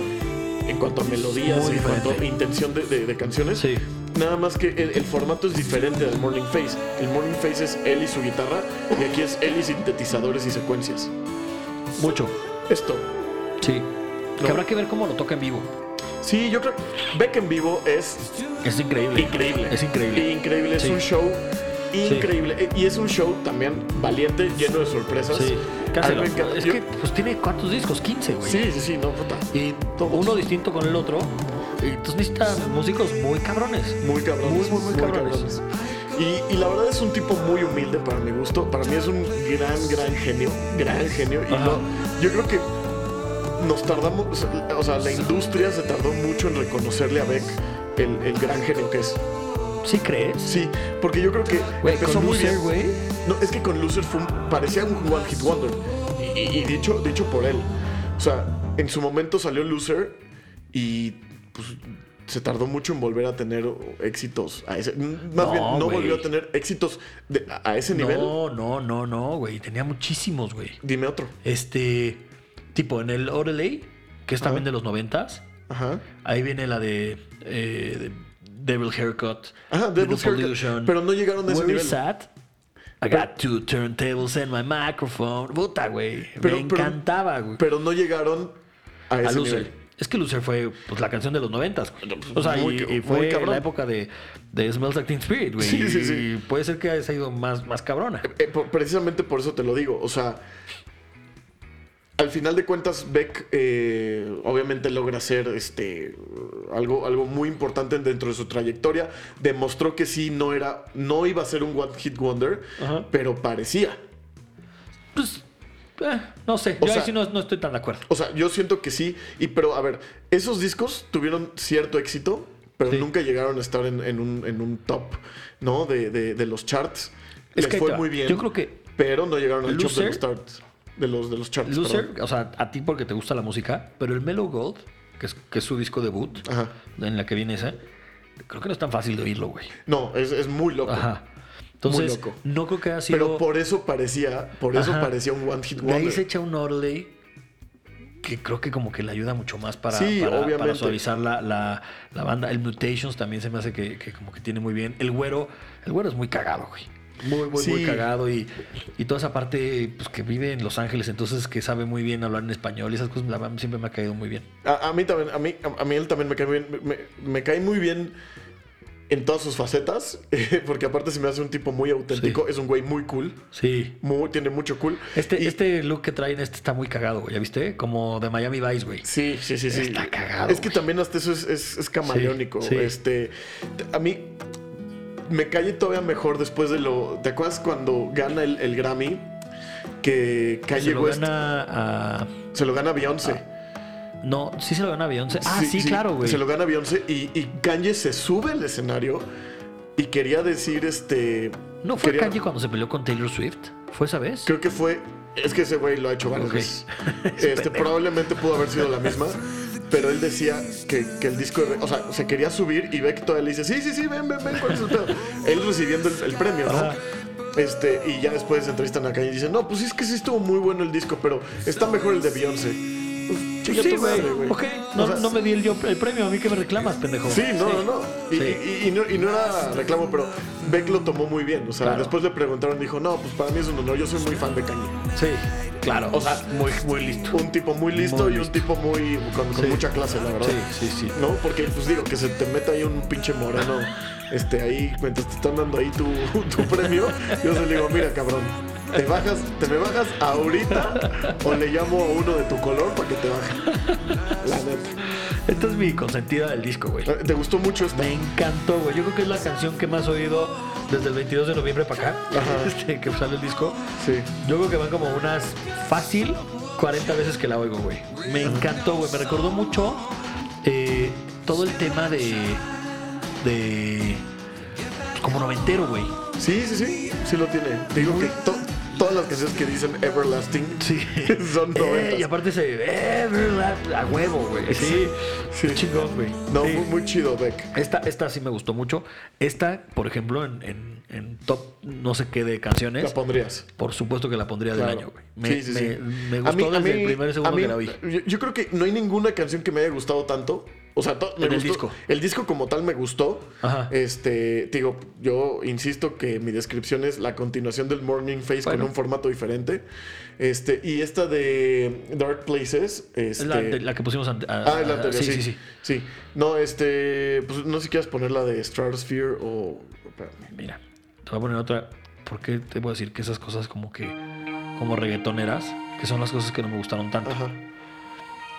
en cuanto a melodías,
Muy
en cuanto a
diferente.
intención de, de- de canciones.
Sí.
Nada más que el, el formato es diferente del Morning Face. El Morning Face es él y su guitarra y aquí es él y sintetizadores y secuencias.
Mucho.
Esto.
Sí.
No.
Que habrá que ver cómo lo toca en vivo.
Sí, yo creo que Beck en vivo es
Es increíble.
Increíble.
Es increíble.
Increíble. Es
Sí.
un show increíble. Eh, Y es un show también valiente, lleno de sorpresas.
Sí.
A mí
Cáncelo.
me encanta.
Es
Yo-
que pues tiene cuántos discos, 15, güey.
Sí, sí, sí, no, puta.
y
Todos.
uno distinto con el otro. Y entonces necesitas músicos muy cabrones.
Muy cabrones.
Muy, muy, muy cabrones.
Y, y la verdad es un tipo muy humilde para mi gusto. Para mí es un gran, gran genio. Gran genio. Y
Ajá.
no, yo creo que nos tardamos, o sea, la industria se tardó mucho en reconocerle a Beck el, el gran genio que es.
¿Sí crees?
Sí, porque yo creo que
Güey,
empezó
con
muy
Loser,
bien.
güey.
No, es que con Loser fue un- parecía un One Hit Wonder. Y, y- y dicho, dicho por él. O sea, en su momento salió Loser y pues se tardó mucho en volver a tener éxitos a ese. Más
No,
bien, no
güey.
volvió a tener éxitos de- a- a ese nivel.
No, no, no, no, güey. Tenía muchísimos, güey.
Dime otro.
Este, tipo, en el Orelay, que es también
Ajá.
de los noventas,
Ajá.
ahí viene la de, eh, de Devil Haircut.
Ajá, Devil's Haircut, pero no llegaron a ese
Where
nivel.
is that? I got two turntables and my microphone. Puta, güey.
Pero-
Me
pero-
encantaba, güey.
Pero no llegaron a ese
a Loser.
nivel. pues,
Es que Loser fue pues, la canción de los noventas. güey. O sea,
Muy
y,
ca-
y
muy
fue
cabrón.
la época de, de Smells Like Teen Spirit, güey.
Sí, sí, sí.
Y puede ser que haya sido más, más cabrona.
Eh, por- precisamente por eso te lo digo. O sea, al final de cuentas, Beck eh, obviamente logra ser este, algo, algo muy importante dentro de su trayectoria. Demostró que sí, no, era, no iba a ser un One Hit Wonder,
Ajá.
pero parecía.
Pues, eh, no sé.
O
Yo
sea-
ahí sí no, no estoy tan de acuerdo.
O sea, yo siento que sí. Y pero, a ver, esos discos tuvieron cierto éxito, pero
Sí.
nunca llegaron a estar en, en un, en un top, ¿no? De, de- de los charts.
Es
Les
que ahí te
fue
va.
muy bien.
Yo creo que
Pero no llegaron al top de
Loser-
los charts. De los, de los charts.
Loser,
perdón.
o sea, a ti porque te gusta la música, pero el Mellow Gold, que es, que es su disco debut,
Ajá.
en la que viene esa, creo que no es tan fácil de oírlo, güey.
No, es, es muy loco.
Ajá. Entonces,
loco.
no creo que haya sido...
Pero por eso parecía, por eso
Ajá.
parecía un one hit
De ahí
wonder.
se echa un Orley que creo que como que le ayuda mucho más para,
Sí,
para- para
obviamente.
suavizar la, la- la banda. El Mutations también se me hace que, que como que tiene muy bien. El güero, el güero es muy cagado, güey. Muy, muy,
Sí.
muy cagado y, y toda esa parte pues, que vive en Los Ángeles, entonces que sabe muy bien hablar en español y esas cosas la verdad, siempre me ha caído muy bien.
A, a mí también, a mí, a, a mí él también me cae muy bien. Me, me- me cae muy bien en todas sus facetas, porque aparte se me hace un tipo muy auténtico. Es un güey muy cool.
Sí.
Muy- tiene mucho cool.
Este,
Y-
este look que traen este está muy cagado, güey. ¿Ya viste? Como de Miami Vice, güey.
Sí, sí, sí, sí.
Está cagado,
Es que
güey.
también hasta eso es, es, es camaleónico.
Sí, sí.
Este, t- a mí me calle todavía mejor después de lo. ¿Te acuerdas cuando gana el, el Grammy? Que
Se
Kanye
lo
West
gana a...
se lo gana Beyoncé.
No, sí se lo gana a Beyoncé. Ah, sí, claro, güey.
Se lo gana Beyoncé y, y Kanye se sube al escenario y quería decir este.
¿No fue
quería-
Kanye cuando se peleó con Taylor Swift? ¿Fue esa vez?
Creo que fue. Es que ese güey lo ha hecho varias
Ok.
veces. Este, probablemente pudo haber sido la misma. Pero él decía que, que el disco. de Beck- O sea, se quería subir y Beck todavía le dice: Sí, sí, sí, ven, ven, ven. ¿cuál es el pedo?". Él recibiendo el, el premio, ¿no?
Ajá.
Este, y ya después entrevistan a Kanye y dicen: No, pues es que sí estuvo muy bueno el disco, pero está mejor el de Beyoncé. Uf, chinga
sí,
tu madre,
güey.
güey.
Ok,
O
no,
sea,
no me di el, yo- el premio. ¿A mí que me reclamas, pendejo?
Sí, no, no, no. Y,
Sí.
y- y no. y no era reclamo, pero Beck lo tomó muy bien. O sea,
Claro.
después le preguntaron, dijo, no, pues para mí es un honor, yo soy muy fan de Kanye.
Sí, claro.
O sea,
muy, muy listo.
un tipo muy listo
Muy
y un
listo.
tipo muy con, con
Sí.
mucha clase, la verdad.
Sí, sí, sí.
No, porque pues digo que se te meta ahí un pinche moreno, este ahí mientras te están dando ahí tu, tu premio, yo se le digo, mira, cabrón, te bajas, te me bajas ahorita o le llamo a uno de tu color para que te baje. La neta.
Esta es mi consentida del disco, güey.
¿Te gustó mucho esta?
Me encantó, güey. Yo creo que es la canción que más he oído desde el 22 de noviembre para acá,
Ajá.
este, que sale el disco.
Sí.
Yo creo que van como unas fácil 40 veces que la oigo, güey. Me encantó, güey. Me recordó mucho eh, todo el tema de. de. como noventero, güey.
Sí, sí, sí, sí lo tiene. Te digo que to- todas las canciones que dicen Everlasting son
Eh,
noventas.
y aparte se. eh, a huevo, güey. Sí.
Sí.
sí. Chingón, güey.
no,
Sí.
muy, muy chido, Beck.
Esta, esta sí me gustó mucho. Esta, por ejemplo, en, en- en top no sé qué de canciones.
La pondrías.
Por supuesto que la pondría del año, güey. Me,
Sí, sí, sí.
me- me
A
gustó
mí- a
desde
mí-
el primer segundo
a mí-
que la oí.
Yo, yo creo que no hay ninguna canción que me haya gustado tanto. O sea, to- me
En el
gustó-
disco.
El disco como tal me gustó.
Ajá.
Este, te digo, yo insisto que mi descripción es la continuación del Morning Face
Bueno.
con un formato diferente. Este, y esta de Dark Places. Este,
Es la, de- la que pusimos antes.
Ah, la anterior,
sí, sí, sí.
Sí. No, este, pues no sé si quieres poner la de Stratosphere o... espérame.
Mira, te voy a poner otra. Porque te voy a decir que esas cosas como que. como reggaetoneras, que son las cosas que no me gustaron tanto.
Ajá,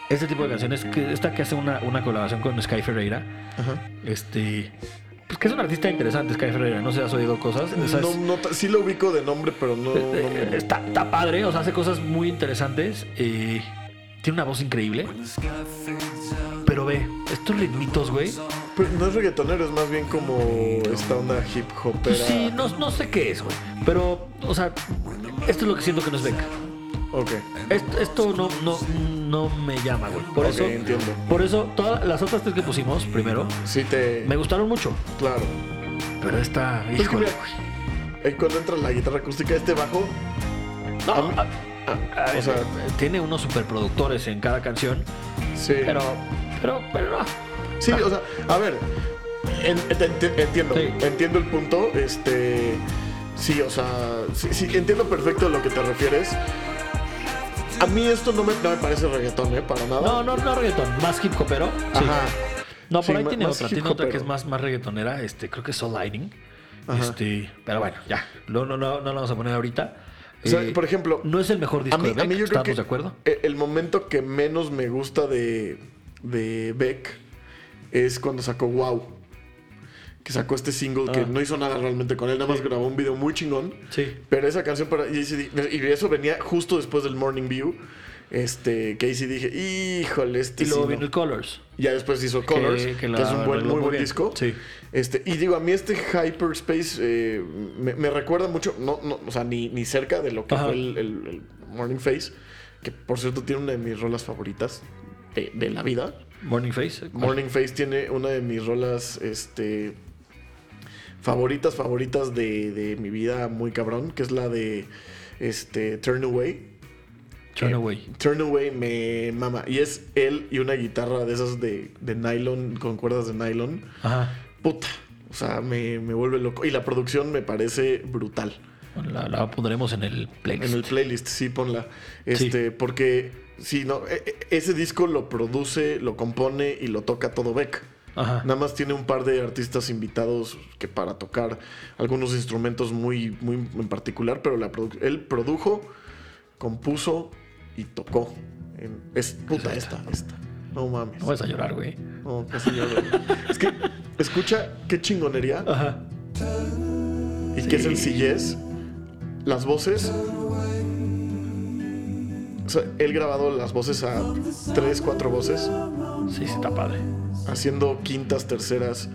Este tipo de canciones, que esta que hace una, una colaboración con Sky Ferreira,
ajá.
este. Pues que es un artista interesante, Sky Ferreira, no sé, has oído cosas. O sea, es-
No, no, ta- sí lo ubico de nombre, pero no... no
Eh, eh,
me-
está, está padre, o sea, hace cosas muy interesantes. eh, tiene una voz increíble. Pero ve, estos ritmitos, güey.
Pero no es reggaetonero, es más bien como esta onda hip hopera.
Pues sí, no, no sé qué es, güey. Pero, o sea, esto es lo que siento que no es Beck.
Ok.
Esto, esto no, no, no me llama, güey. Por
Ok,
eso,
entiendo.
por eso todas las otras tres que pusimos primero
Sí te...
me gustaron mucho.
Claro.
Pero esta,
Es que
híjole,
Pues mira, ahí cuando entra la guitarra acústica, este bajo...
güey. No,
a mí-
a- a-
o sea,
tiene unos superproductores en cada canción,
sí.
pero, pero, pero no.
Sí, o sea, a ver, en- en- en- entiendo,
Sí.
entiendo el punto, este, sí, o sea, sí, sí, entiendo perfecto a lo que te refieres. A mí esto no me, no me parece reggaetón, ¿eh? Para nada.
No, no, no reggaetón, más hip hopero. sí.
Ajá.
No, por
Sí,
ahí
ma-
tiene
más
otra,
hip
tiene otra que
hopero.
es más, más reggaetonera, este, creo que es Soul Lighting.
Ajá.
Este, pero bueno, ya. No, no, no, no la vamos a poner ahorita.
O sea,
Eh,
por ejemplo,
no es el mejor
a
disco
mí,
de
a
Beck,
mí yo creo
¿estamos
que
de acuerdo?
e- el momento que menos me gusta de, de Beck es cuando sacó Wow. Que sacó este single que
Ah.
no hizo nada realmente con él, nada más grabó un video muy chingón.
Sí.
Pero esa canción para ACD, y eso venía justo después del Morning View, este, que ahí sí dije, híjole, este
Y luego
sí no".
vino el Colors.
Ya después hizo Colors, que,
que la
es un buen,
arregló
muy
muy
buen
bien.
disco.
Sí.
Este, y digo, a mí este Hyperspace eh, me, me recuerda mucho, no, no, o sea, ni, ni cerca de lo que
Ajá.
fue el, el- el Morning Face, que por cierto tiene una de mis rolas favoritas de, de la vida.
Morning Face. eh, ¿cuál?
Morning Face tiene una de mis rolas este, favoritas, favoritas de, de mi vida muy cabrón, que es la de este, Turn Away.
Turn
Eh,
Away.
Turn Away me mama. Y es él y una guitarra de esas de, de nylon, con cuerdas de nylon.
Ajá.
Puta. O sea, me, me vuelve loco. Y la producción me parece brutal.
La, la pondremos en el playlist.
En el playlist, sí, ponla.
Sí.
Este, porque sí, no, e- e- ese disco lo produce, lo compone y lo toca todo Beck.
Ajá.
Nada más tiene un par de artistas invitados que para tocar algunos instrumentos muy, muy en particular, pero la produ- él produjo, compuso y tocó. En- es puta
Exacto.
esta, esta. No mames.
No vas a llorar, güey.
No, casi lloro. es que escucha qué chingonería
Ajá.
y qué
Sí.
sencillez. Las voces. O sea, él grabado las voces a tres, cuatro voces,
Sí, sí, está padre.
haciendo quintas, terceras.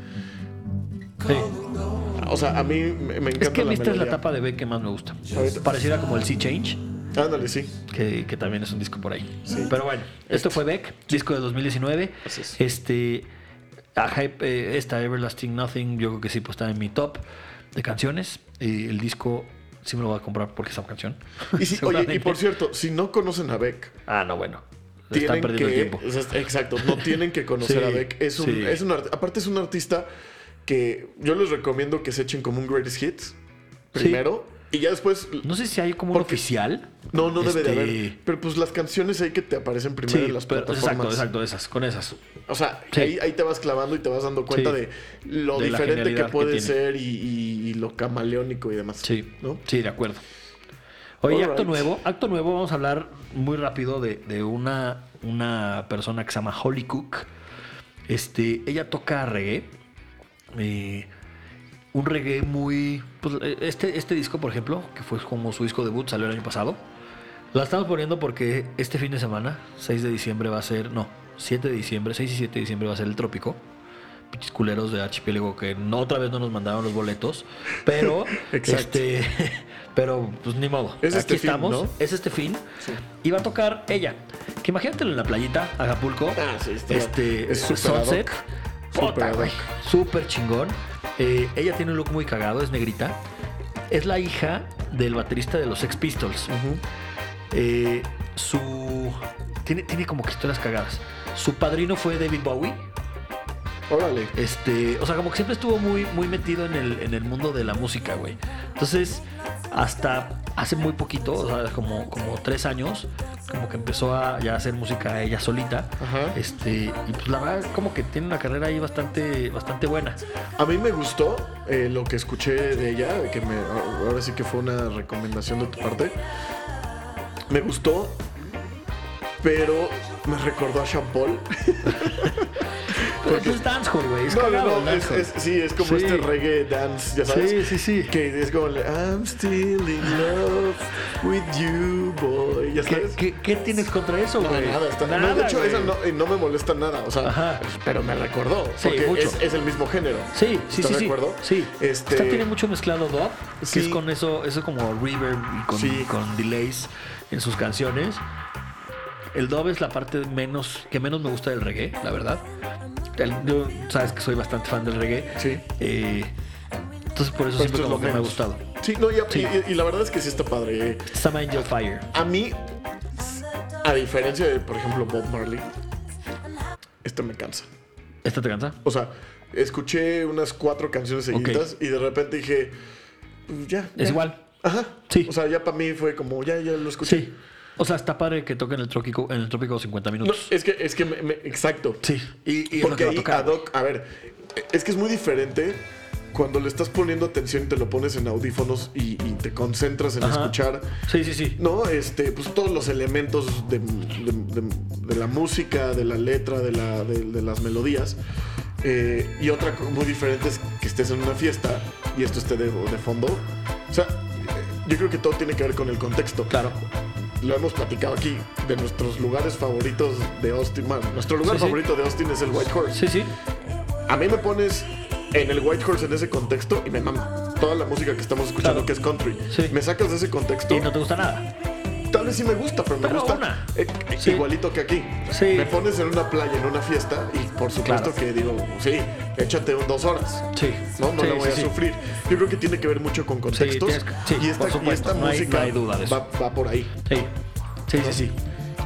Sí.
O sea, a mí me, me encanta
Es que a
la
mí esta es la
melodía.
etapa de Beck que más me gusta.
Ahorita-
Pareciera como el Sea Change,
Ándale, sí.
que, que también es un disco por ahí.
Sí.
Pero bueno, esto fue Beck, disco de 2019.
Así es.
Este, a Hype, eh, esta Everlasting Nothing, yo creo que sí, pues está en mi top de canciones. Y el disco sí me lo voy a comprar porque es una canción.
Y si- oye,
Seguramente.
y por cierto, si no conocen a Beck,
Ah, no, bueno. Están
tienen
perdiendo el
que.
tiempo.
es- es- Exacto, no tienen que conocer
Sí,
a Beck. Es un,
sí.
es un art- aparte, es un artista que yo les recomiendo que se echen como un greatest hits primero y ya después.
No sé si hay como un
Porque-
oficial.
No, no debe
Este-
de haber. Pero pues las canciones ahí que te aparecen primero
Sí,
en las
pero- pues, exacto,
plataformas.
exacto, esas, con esas.
O sea,
Sí.
ahí, ahí te vas clavando y te vas dando cuenta
Sí.
de lo
De la
diferente que
genialidad que
puede
tiene.
ser y, y- y lo camaleónico y demás.
Sí,
¿no?
sí, de acuerdo. Oye,
Alright.
acto nuevo, acto nuevo, vamos a hablar muy rápido de, de una, una persona que se llama Holly Cook. Este, ella toca reggae. eh, un reggae muy. pues, eh, este, este disco, por ejemplo, que fue como su disco debut, salió el año pasado. La estamos poniendo porque este fin de semana, 6 de diciembre, va a ser. No, 7 de diciembre, 6 y 7 de diciembre va a ser el Trópico. Pinches culeros de Archipiélago que no, otra vez no nos mandaron los boletos. Pero,
Exacto.
este. Pero, pues ni modo.
Es
Aquí
este fin,
estamos.
¿no?
Es este fin.
Sí.
Y va a tocar ella. Que imagínatelo en la playita, Acapulco.
Ah, sí, está-
este.
es súper
sunset.
ad hoc.
Puta,
Súper ad
güey.
hoc.
Súper chingón. Eh, ella tiene un look muy cagado, es negrita. Es la hija del baterista de los Sex Pistols.
Ujú.
Eh, su. Tiene, tiene como que historias cagadas. Su padrino fue David Bowie.
Órale.
Este, o sea, como que siempre estuvo muy, muy metido en el, en el mundo de la música, güey. Entonces, hasta hace muy poquito, o sea, como, como tres años, como que empezó a ya hacer música ella solita.
Ajá.
Este, y pues la verdad, como que tiene una carrera ahí bastante, bastante buena.
A mí me gustó eh, lo que escuché de ella, que me, ahora sí que fue una recomendación de tu parte. Me gustó, pero me recordó a Sean Paul.
Pero eso es dancehall, güey. Es
No, no,
cagado
no,
el
es,
dancehall.
es- sí, es como
Sí.
este reggae dance, ya sabes.
Sí, sí, sí.
Que es como el I'm still in love with you, boy. Ya
¿Qué,
sabes.
qué, qué tienes contra eso,
No,
güey?
nada, está, no, de hecho,
güey.
esa no, eh, no me molesta nada, o sea,
Ajá.
pero me recordó,
Sí,
porque
mucho.
es, es el mismo género.
Sí, sí,
¿Estás
sí.
de
sí.
acuerdo?
Sí.
Este,
Esta tiene mucho mezclado dub, que
Sí.
es con eso, eso como reverb y con,
Sí.
con delays en sus canciones. El dub es la parte menos que menos me gusta del reggae, la verdad. El- yo sabes que soy bastante fan del reggae.
Sí.
Eh, entonces por eso
pues, esto
siempre
es
como
lo
que me ha
menos.
gustado.
Sí, no, y, y-
Sí.
y la verdad es que sí está padre. eh.
Some Angel Fire.
A mí, a diferencia de, por ejemplo, Bob Marley, esto me cansa.
¿Esta te cansa?
O sea, escuché unas cuatro canciones seguidas y de repente dije, "Pues ya.
Es
ya.
igual.
Ajá.
Sí.
O sea, ya para mí fue como, ya, ya lo escuché.
Sí. O sea, está padre que toquen el trópico, en el trópico 50
No,
minutos.
es que, es que, me- me- exacto.
Sí.
Y,
Y
y
es lo que
porque
va a
ahí
tocar.
ad hoc- a ver, es que es muy diferente cuando le estás poniendo atención y te lo pones en audífonos y, y te concentras en
Ajá.
escuchar.
Sí, sí, sí.
No, este, pues todos los elementos de, de- de- de la música, de la letra, de, la- de- de las melodías. Eh, y otra co- muy diferente es que estés en una fiesta y esto esté de, de fondo. O sea, eh, yo creo que todo tiene que ver con el contexto
Claro.
lo hemos platicado aquí, de nuestros lugares favoritos de Austin. Bueno, nuestro lugar
Sí, sí.
favorito de Austin es el White Horse.
Sí, sí.
A mí me pones en el White Horse en ese contexto y me mama toda la música que estamos escuchando
Claro.
que es country.
Sí.
Me sacas de ese contexto.
Y no te gusta nada.
Tal vez sí me gusta, pero me
Pero
gusta
una.
eh, eh,
Sí.
igualito que aquí.
Sí.
Me pones en una playa, en una fiesta y por supuesto
Claro.
que digo, sí, échate un dos horas.
Sí.
No, no
Sí,
la voy
sí,
a
sí.
sufrir. Yo creo que tiene que ver mucho con contextos.
tienes que- sí, por
y esta, y esta
supuesto, no hay-
música
no hay duda de eso.
Va, va por ahí.
Sí. Sí, sí, sí.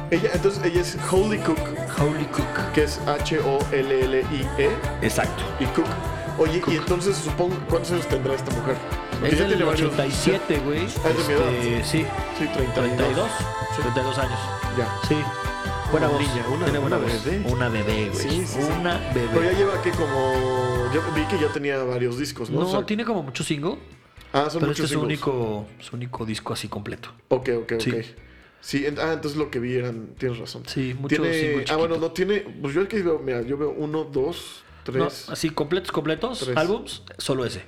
Ella, entonces ella es Holy Cook,
Holy Cook.
que es H-O-L-L-I-E
Exacto.
E, y Cook. Oye, y entonces supongo, ¿cuántos años tendrá esta mujer? Porque
Es
ya
del
varios-
87, güey.
Ah, es de mi
Este,
edad.
sí,
Sí, 32.
32. 32 años.
Ya.
Sí. Buena voz.
niña, una-
Tiene buena
una
voz.
bebé.
Una bebé, güey.
Sí, sí, sí.
una
Pero ya
bebé.
lleva que como. Yo vi que ya tenía varios discos, ¿no?
No,
O sea,
tiene como mucho single,
ah, son
pero este
muchos
es su
singles.
único, su único disco así completo.
Ok, ok, ok.
Sí.
Sí. en- ah, entonces lo que vi eran. Tienes razón.
Sí, mucho single
Tiene. Ah,
chiquito.
bueno, no tiene. Pues yo el que veo, mira, yo veo uno, dos,
No,
tres.
así completos, completos,
Tres.
álbums, solo ese.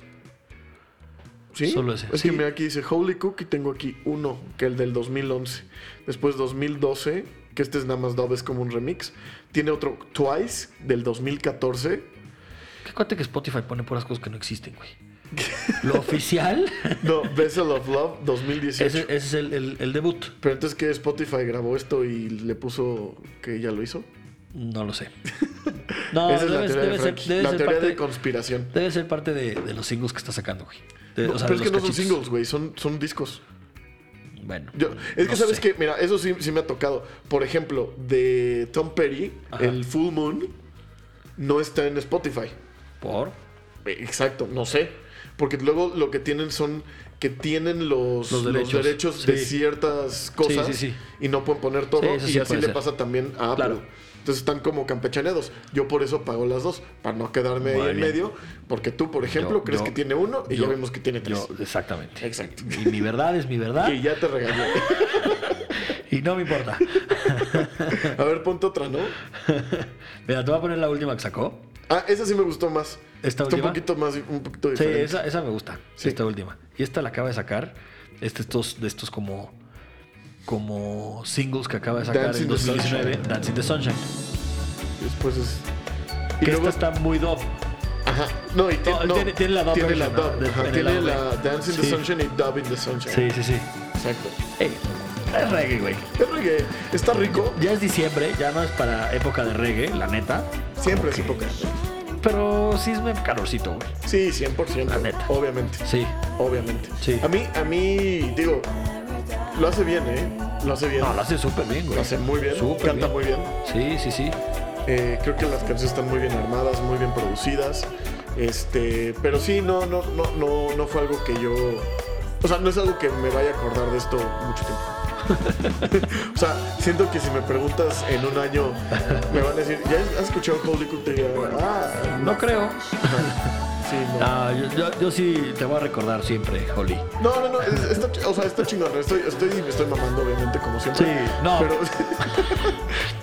¿Sí?
Solo ese,
Es
sí.
que mira, aquí dice Holy Cook y tengo aquí uno, que el del 2011. Después 2012, que este es nada más dub, es como un remix. Tiene otro Twice del 2014.
Qué cuate que Spotify pone puras cosas que no existen, güey. Lo oficial,
No, Vessel of Love 2018.
ese, ese es el, el- el debut.
Pero entonces que Spotify grabó esto y le puso que ya lo hizo.
No lo sé. No,
Esa es la
Ah, debe,
teoría
debe
de
ser,
Frank.
debe
la
ser
teoría
parte,
de conspiración.
debe ser parte de, de los singles que está sacando, güey. De-
No,
o sea,
pero es
de
que no
los
son
cachitos.
singles, güey, son, son discos.
Bueno.
Yo- es que
no
sabes
sé.
que, mira, eso sí, sí me ha tocado. Por ejemplo, de Tom Petty,
Ajá.
el Full Moon, no está en Spotify.
Por.
Exacto, no sé. Porque luego lo que tienen son que tienen los,
Los
los derechos,
derechos,
de
sí.
ciertas cosas
sí, sí.
y no pueden poner todo.
Sí, eso
y
sí
así
puede
le
ser.
pasa también a Apple.
Claro.
Entonces están como campechaneados. Yo por eso pago las dos, para no quedarme
Muy
ahí en
bien.
medio. Porque tú, por ejemplo,
Yo-
crees
yo-
que tiene uno y
yo-
ya vemos que tiene tres.
Yo, exactamente.
Exacto.
Y mi verdad es mi verdad.
Y ya te regañé.
Y no me importa.
A ver, ponte otra, ¿no?
Mira, te voy a poner la última que sacó.
Ah, esa sí me gustó más.
¿Esta
Está
última?
un poquito más, un poquito
Sí,
diferente.
esa, esa me gusta.
Sí.
Esta última. Y esta la acaba de sacar. Este, estos, de estos como. Como singles que acaba de sacar
Dance
en
in the
2019.
Sunshine.
Dance in the Sunshine.
Después es.
Que esta está muy dop.
Ajá. No, y
No, tiene- tiene la dub
Tiene la
version, ¿no?
dub.
Del-
ajá,
en el
tiene
álbum.
la Dance in the
Sí.
Sunshine y Dub in the Sunshine.
Sí, sí, sí.
Exacto.
Ey, es reggae, güey.
Es reggae. Está rico.
Ya es diciembre, ya no es para época de reggae, la neta.
Siempre es
Ok.
época.
Pero sí es muy calorcito, güey.
Sí, 100%.
La neta.
Obviamente.
Sí.
Obviamente.
Sí.
A mí, a mí, digo, lo hace bien, ¿eh? Lo hace bien.
No, lo hace súper bien, güey.
Lo hace muy bien.
Súper
Canta muy bien.
Sí, sí, sí.
Eh, creo que las canciones están muy bien armadas, muy bien producidas. Este, pero sí, no, no, no, no, no fue algo que yo. O sea, no es algo que me vaya a acordar de esto mucho tiempo. o sea, siento que si me preguntas en un año, me van a decir, ¿ya has escuchado Holy Cook? Te diría, ah,
No creo.
sí, no.
Ah, yo, yo- yo sí te voy a recordar siempre, Holly.
No, no, no, es- está, ch- o sea, está chingón. Estoy, estoy, me estoy mamando, obviamente, como siempre.
Sí, no.
Pero,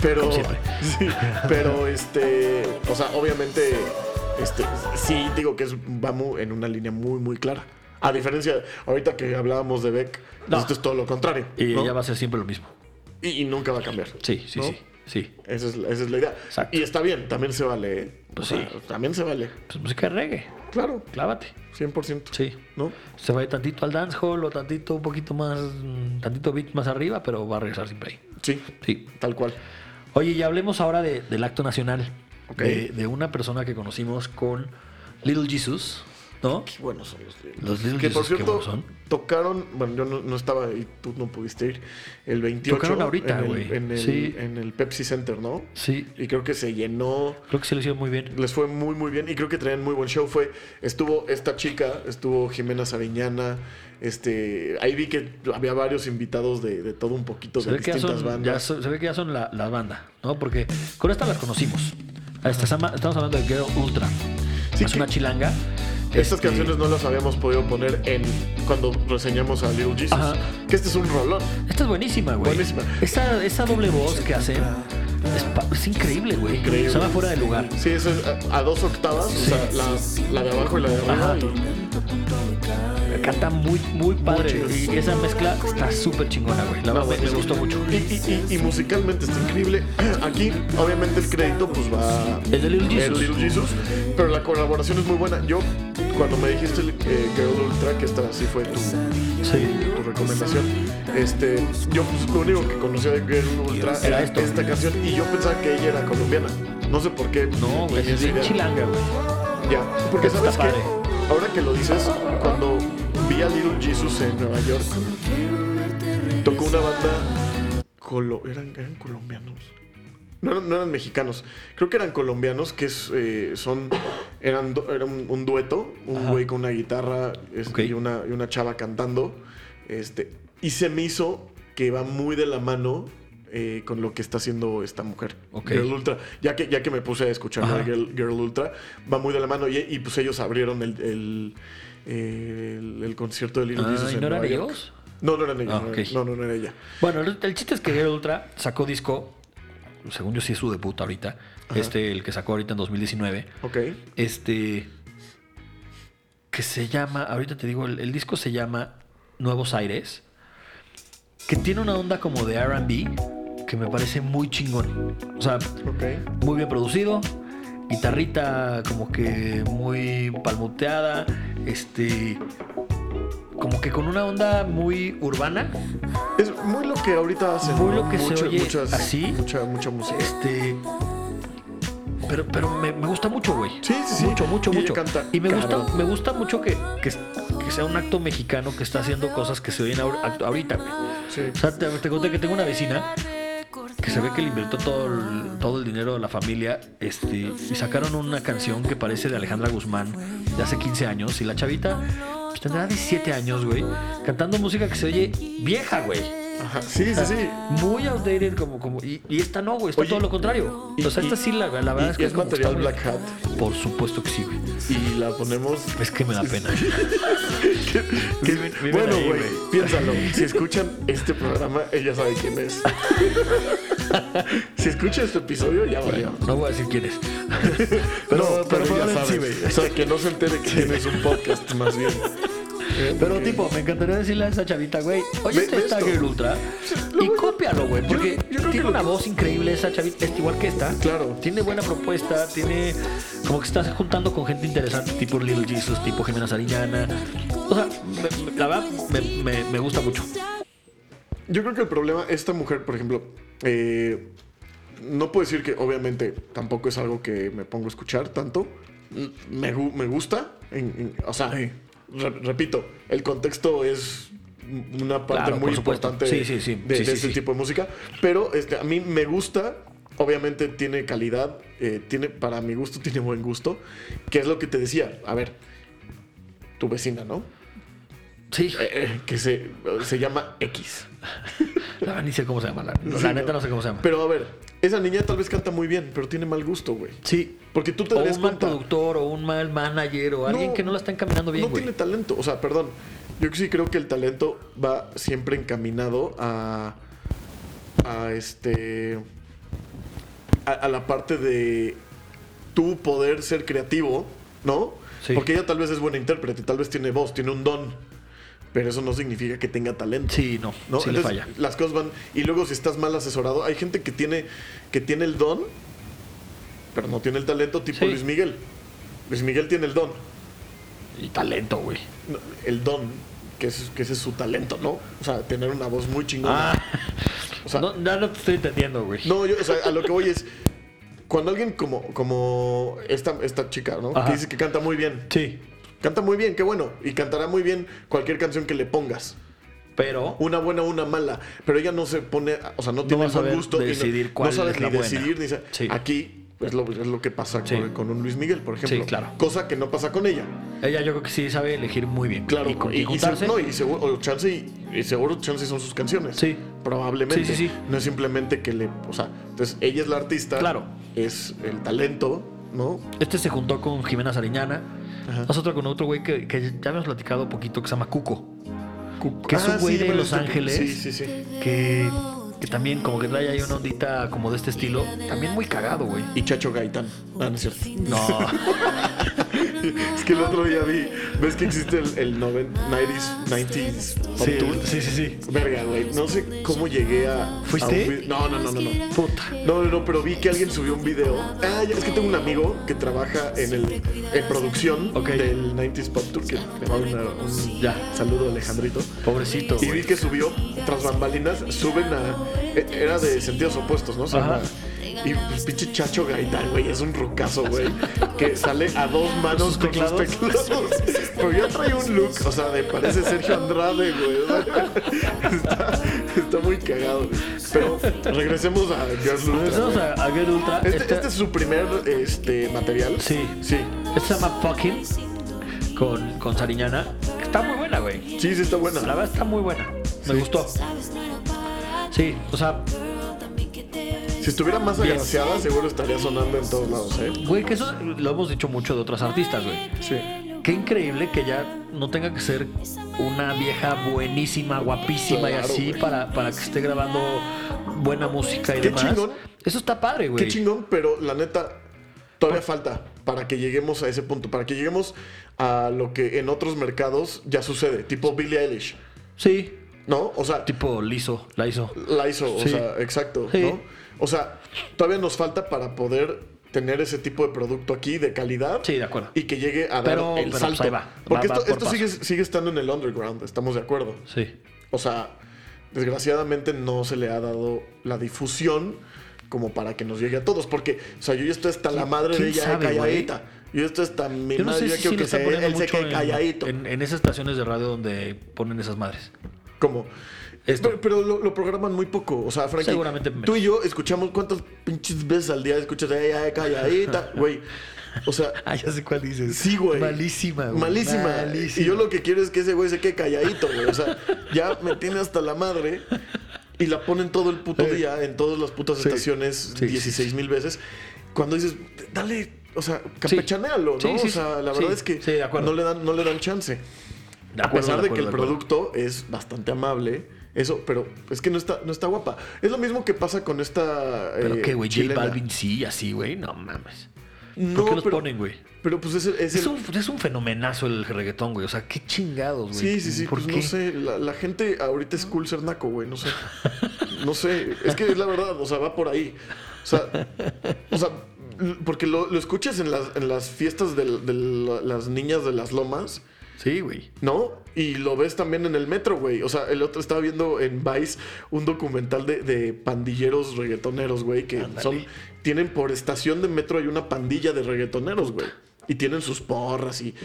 pero,
Como siempre.
sí, pero, este, o sea, obviamente, este, sí, digo que es Bamu en una línea muy, muy clara. A diferencia, ahorita que hablábamos de Beck,
No.
esto es todo lo contrario.
Y
¿no?
ella va a ser siempre lo mismo.
Y- y nunca va a cambiar.
Sí, sí,
¿no?
sí. Sí.
Esa es, esa es la idea.
Exacto.
Y está bien, también se vale, ¿eh?
Pues
O sea,
sí.
también se vale.
Pues música de reggae.
Claro,
Clávate.
100%.
Sí.
¿No?
Se va a ir tantito al dancehall o tantito un poquito más, mm, tantito beat más arriba, pero va a regresar siempre ahí.
Sí,
Sí.
tal cual.
Oye, y hablemos ahora de- del acto nacional.
Ok.
De, de una persona que conocimos con Little Jesus, ¿no?
Qué buenos son los Little
Los Little
Que por
Jesus, qué
cierto,
buenos son.
tocaron, bueno, yo no, no estaba ahí, tú no pudiste ir, el 28.
Tocaron ahorita,
en el-
güey.
En, el-
Sí.
en el Pepsi Center, ¿no?
Sí,
Y creo que se llenó,
creo que se lo hicieron muy bien.
les fue muy, muy bien. Y creo que traían muy buen show. Fue, estuvo esta chica, estuvo Jimena Sariñana. Este, ahí vi que había varios invitados de, de todo un poquito,
Se
de
ve, que ya
distintas
son, ya
bandas.
so- se ve que ya son la, la banda, ¿no? Porque con esta las conocimos. Ah, esta- estamos hablando de Girl Ultra.
Sí,
es
que-
una chilanga.
Estas
Este,
canciones no las habíamos podido poner en cuando reseñamos a Little Jesus.
Ajá.
Que este es un rolón.
Esta es buenísima, güey.
Buenísima.
Esa, esa doble voz que hace es, pa- es increíble, güey.
Increíble.
Suena fuera de lugar.
Sí, eso es a, a dos octavas, o sea, la, la de abajo y la de arriba.
Ajá.
y-
Canta muy, muy padre.
Muy chido.
y esa mezcla está súper chingona, güey. La verdad, me gustó mucho.
Y, y- y- y musicalmente está increíble. Aquí, obviamente, el crédito pues va.
Es de Little
el
Jesus.
Little Jesus, Pero la colaboración es muy buena. Yo, cuando me dijiste el, eh, Girl Ultra, que esta sí fue tu,
Sí.
tu recomendación, este, yo pues, lo único que conocía de Girl Ultra
Era
era
esto.
esta canción. Y yo pensaba que ella era colombiana. No sé por qué.
No, güey.
tenía
Es
esa
bien
idea.
chilanga, güey.
Ya, porque
Está
sabes que
padre.
ahora que lo dices, cuando vi a Little Jesus en Nueva York, tocó una banda colo eran, eran colombianos. No eran, no eran mexicanos, creo que eran colombianos que es, eh, son eran do- era un, un dueto, un
Ajá.
güey con una guitarra es-
Ok.
y, una, y una chava cantando. Este, y se me hizo que va muy de la mano eh, con lo que está haciendo esta mujer.
Ok.
Girl Ultra. Ya que, ya que me puse a escuchar
Ajá.
la Girl, Girl Ultra, va muy de la mano. Y, y, pues ellos abrieron el, el, el- el concierto de Little
Ah,
Jesus
¿y
en
no eran
Nueva York.
ellos?
No, no eran ellos.
Ah,
no, era-
ok.
no, no, no era ella.
Bueno, el, el chiste es que Girl Ultra sacó disco, según yo sí es su debut ahorita,
Ajá.
este, el que sacó ahorita en 2019,
Ok.
este, que se llama, ahorita te digo, el, el disco se llama Nuevos Aires, que tiene una onda como de RB, que me parece muy chingón. O sea,
Ok.
muy bien producido, guitarrita como que muy palmoteada, este, como que con una onda muy urbana.
Es muy lo que ahorita hacen.
Muy
¿no?
lo que se oye así.
Mucha, mucha música.
Este. Pero, pero me, me gusta mucho, güey.
Sí, sí, sí.
Mucho, mucho,
Y ella
mucho.
canta,
y me gusta,
cabrón.
me gusta mucho que, que, que sea un acto mexicano que está haciendo cosas que se oyen ahor- act- ahorita, güey.
Sí.
O sea, te, te conté que tengo una vecina que se ve que le invirtió todo el, todo el dinero de la familia este, y sacaron una canción que parece de Alejandra Guzmán de hace 15 años y la chavita pues, tendrá 17 años, güey, cantando música que se oye vieja, güey.
Ajá. Sí, sí, sí.
Muy outdated como, como y, y esta no, güey, está
Oye,
todo lo contrario.
y-
o sea, esta
y-
sí la, la verdad
y-
es
y
que
es
como
material
está muy-
Black Hat.
Por supuesto que sí, güey.
Y la ponemos.
Es que me da pena.
Que-
Viven- viven
bueno,
ahí,
güey,
güey.
piénsalo. Si escuchan este programa, ella sabe quién es. si escucha este episodio, ya valió.
No voy a decir quién es.
Pero,
No,
pero, ya
probablemente
sabes.
sí, güey.
o sea, que no se entere que tienes un podcast, más bien. Eh,
Pero
porque-
tipo, me encantaría decirle a esa chavita, güey, oye,
Ve-
esto
ve
está
esto.
Girl Ultra y cópialo, güey, porque
yo creo que
tiene
lo-
una voz increíble esa chavita, es igual que esta.
Claro.
Tiene buena propuesta, tiene como que estás juntando con gente interesante, tipo Little Jesus, tipo Jimena Sariñana. O sea, me- me- la verdad me, me- me gusta mucho.
Yo creo que el problema, esta mujer, por ejemplo, eh, no puedo decir que obviamente tampoco es algo que me pongo a escuchar tanto. N- Me, gu- me gusta. en- en- o sea, re- repito, el contexto es una parte
Claro,
muy
por supuesto.
importante
Sí, sí, sí.
de,
Sí,
de
sí,
este
sí.
tipo de música. Pero este, a mí me gusta. Obviamente tiene calidad. eh, tiene, para mi gusto, tiene buen gusto. Que es lo que te decía. A ver, tu vecina, ¿no?
Sí,
eh, eh, que se, se llama X.
la verdad ni sé cómo se llama. La,
Sí,
la neta no sé cómo se llama.
Pero a ver, esa niña tal vez canta muy bien, pero tiene mal gusto, güey.
sí.
Porque tú te
O
darías
un mal
cuenta.
productor, o un mal manager, o alguien que no la está encaminando bien,
No
güey.
tiene talento. O sea, perdón. Yo sí creo que el talento va siempre encaminado a. a este. a, a la parte de tú poder ser creativo, ¿no?
Sí.
Porque ella tal vez es buena intérprete, tal vez tiene voz, tiene un don. Pero eso no significa que tenga talento.
Sí, no,
¿no?
sí le
Entonces,
falla.
las cosas van. Y luego, si estás mal asesorado, hay gente que tiene, que tiene el don, pero no tiene el talento, tipo
Sí.
Luis Miguel. Luis Miguel tiene el don.
Y talento, güey.
No, el don, que, es, que ese es su talento, ¿no? O sea, tener una voz muy chingona.
Ah,
o sea,
no,
no,
ya no te estoy entendiendo, güey.
yo, o sea, a lo que voy es. Cuando alguien como, como esta, esta chica, ¿no?
Ajá.
Que dice que canta muy bien.
Sí.
Canta muy bien, qué bueno. Y cantará muy bien cualquier canción que le pongas.
Pero
Una buena, una mala. Pero ella no se pone, o sea, no, tiene
va a
buen
saber
gusto. y no-
decidir
no,
cuál
sabe
es
ni
la buena.
decidir, ni sa-
Sí.
Aquí es lo, es lo que pasa
Sí.
con, con un Luis Miguel, por ejemplo.
Sí, claro.
Cosa que no pasa con ella.
ella yo creo que sí sabe elegir muy bien. güey.
Claro,
y con
y,
quién
y
juntarse.
se- no, y seguro, o chance, y, y seguro chance son sus canciones.
Sí.
Probablemente.
Sí, sí, sí.
No es simplemente que le. O sea, entonces ella es la artista.
Claro.
Es el talento, ¿no?
Este se juntó con Jimena Sariñana.
Ajá.
Nosotros con otro güey que, que ya habíamos platicado un poquito que se llama Cuco. Que es
Ah,
un güey
sí,
de
me lo
Los
dijiste.
Ángeles.
Sí, sí, sí.
Que, que también como que trae ahí una ondita como de este estilo. También muy cagado, güey.
Y Chacho Gaitán. Ah, no es cierto.
No.
Es que el otro día vi. ¿Ves que existe el, el noven- 90s, 90s Pop
Sí,
Tour?
sí, sí, sí.
Verga, güey. No sé cómo llegué a.
¿Fuiste?
a un vi- no, no, no, no, no.
Puta.
No, no, no, pero vi que alguien subió un video. Ah, ya es que tengo un amigo que trabaja en el en producción
Ok.
del 90s Pop Tour, que le mando una- un
Ya.
saludo a Alejandrito.
Pobrecito,
Y vi
güey.
que subió, tras bambalinas, suben a. e- Era de sentidos opuestos, ¿no? O sea,
Ajá.
Y pues, pinche Chacho Gaitán, güey, es un rucazo, güey. Que sale a dos manos con los
teclados?
teclados. Pero ya trae un look, o sea, de parece Sergio Andrade, güey. Está, está muy cagado, güey. Pero regresemos a Girls Ultra,
Regresamos
güey.
a, a Girl Ultra.
Este,
Esta-
este es su primer este, material.
Sí.
Sí.
Esta se llama Fucking con, con Sariñana. Está muy buena, güey.
Sí, sí, está buena.
La verdad está muy buena. Me
Sí.
gustó. Sí, o sea,
Si estuviera más
Bien.
agraciada, seguro estaría sonando en todos lados, ¿eh?
güey, que eso lo hemos dicho mucho de otras artistas, güey.
Sí.
Qué increíble que ya no tenga que ser una vieja buenísima, guapísima
Claro,
y así
güey.
para, para que esté grabando buena música y
Qué
demás.
chingón.
Eso está padre, güey.
Qué chingón, pero la neta, todavía falta para que lleguemos a ese punto, para que lleguemos a lo que en otros mercados ya sucede, tipo Billie Eilish,
Sí,
¿no? O sea,
tipo liso, la hizo.
la hizo, o
Sí.
sea, exacto,
Sí.
¿no? O sea, todavía nos falta para poder tener ese tipo de producto aquí de calidad
Sí, de acuerdo.
y que llegue a dar
Pero-
el
pero, pues,
salto.
ahí va.
Porque
Va- va
esto,
por
esto
paso.
sigue, sigue estando en el underground, estamos de acuerdo.
Sí.
O sea, desgraciadamente no se le ha dado la difusión como para que nos llegue a todos. Porque, o sea, yo ya estoy hasta la madre
¿Quién
de ella
sabe,
calladita. Yo esto está mi
Yo no
madre,
sé
ya
si, sí
quiero
lo
que
están
se,
poniendo
él se
mucho
quede calladito.
en, en, en esas estaciones de radio donde ponen esas madres.
Como.
Esto.
Pero, pero lo, lo programan muy poco. O sea, Frankie,
Seguramente menos.
tú y yo escuchamos cuántas pinches veces al día escuchas "Ay, ay, calladita, güey. O sea,
Ah, ya sé cuál dices.
Sí, güey.
Malísima, güey.
Malísima. Y yo lo que quiero es que ese güey se quede calladito, güey. O sea, ya me tiene hasta la madre. Y la ponen todo el puto
Sí.
día, en todas las putas
Sí.
estaciones,
Sí,
16 mil veces. Cuando dices, dale, o sea, campechanealo, ¿no?
Sí, sí,
o sea, la
sí.
verdad es que
Sí, de acuerdo.
no, le dan, no le dan chance.
De
A
acuerdo,
pesar de que el
acuerdo, acuerdo.
producto es bastante amable, eso, pero es que no está, no está guapa. Es lo mismo que pasa con esta.
Pero
eh,
que, güey, J
chilena.
Balvin sí, así, güey. No mames.
No,
¿Por qué los
pero-
ponen, güey?
Pero pues es, el- es
Es
el
un, es un fenomenazo el reggaetón, güey. O sea, qué chingados, güey.
Sí, sí, sí.
¿Por
Pues
qué?
no sé. La, la gente ahorita es cool ser naco, güey. No sé. No sé. Es que es la verdad. O sea, va por ahí. O sea, o sea l- porque lo, lo escuchas en las, en las fiestas del- de, la- las niñas de las lomas,
Sí, güey.
¿no? Y lo ves también en el metro, güey. O sea, el otro estaba viendo en Vice un documental de, de pandilleros reggaetoneros, güey, que
Ándale.
son. Tienen por estación de metro hay una pandilla de reggaetoneros, güey. Y tienen sus porras y.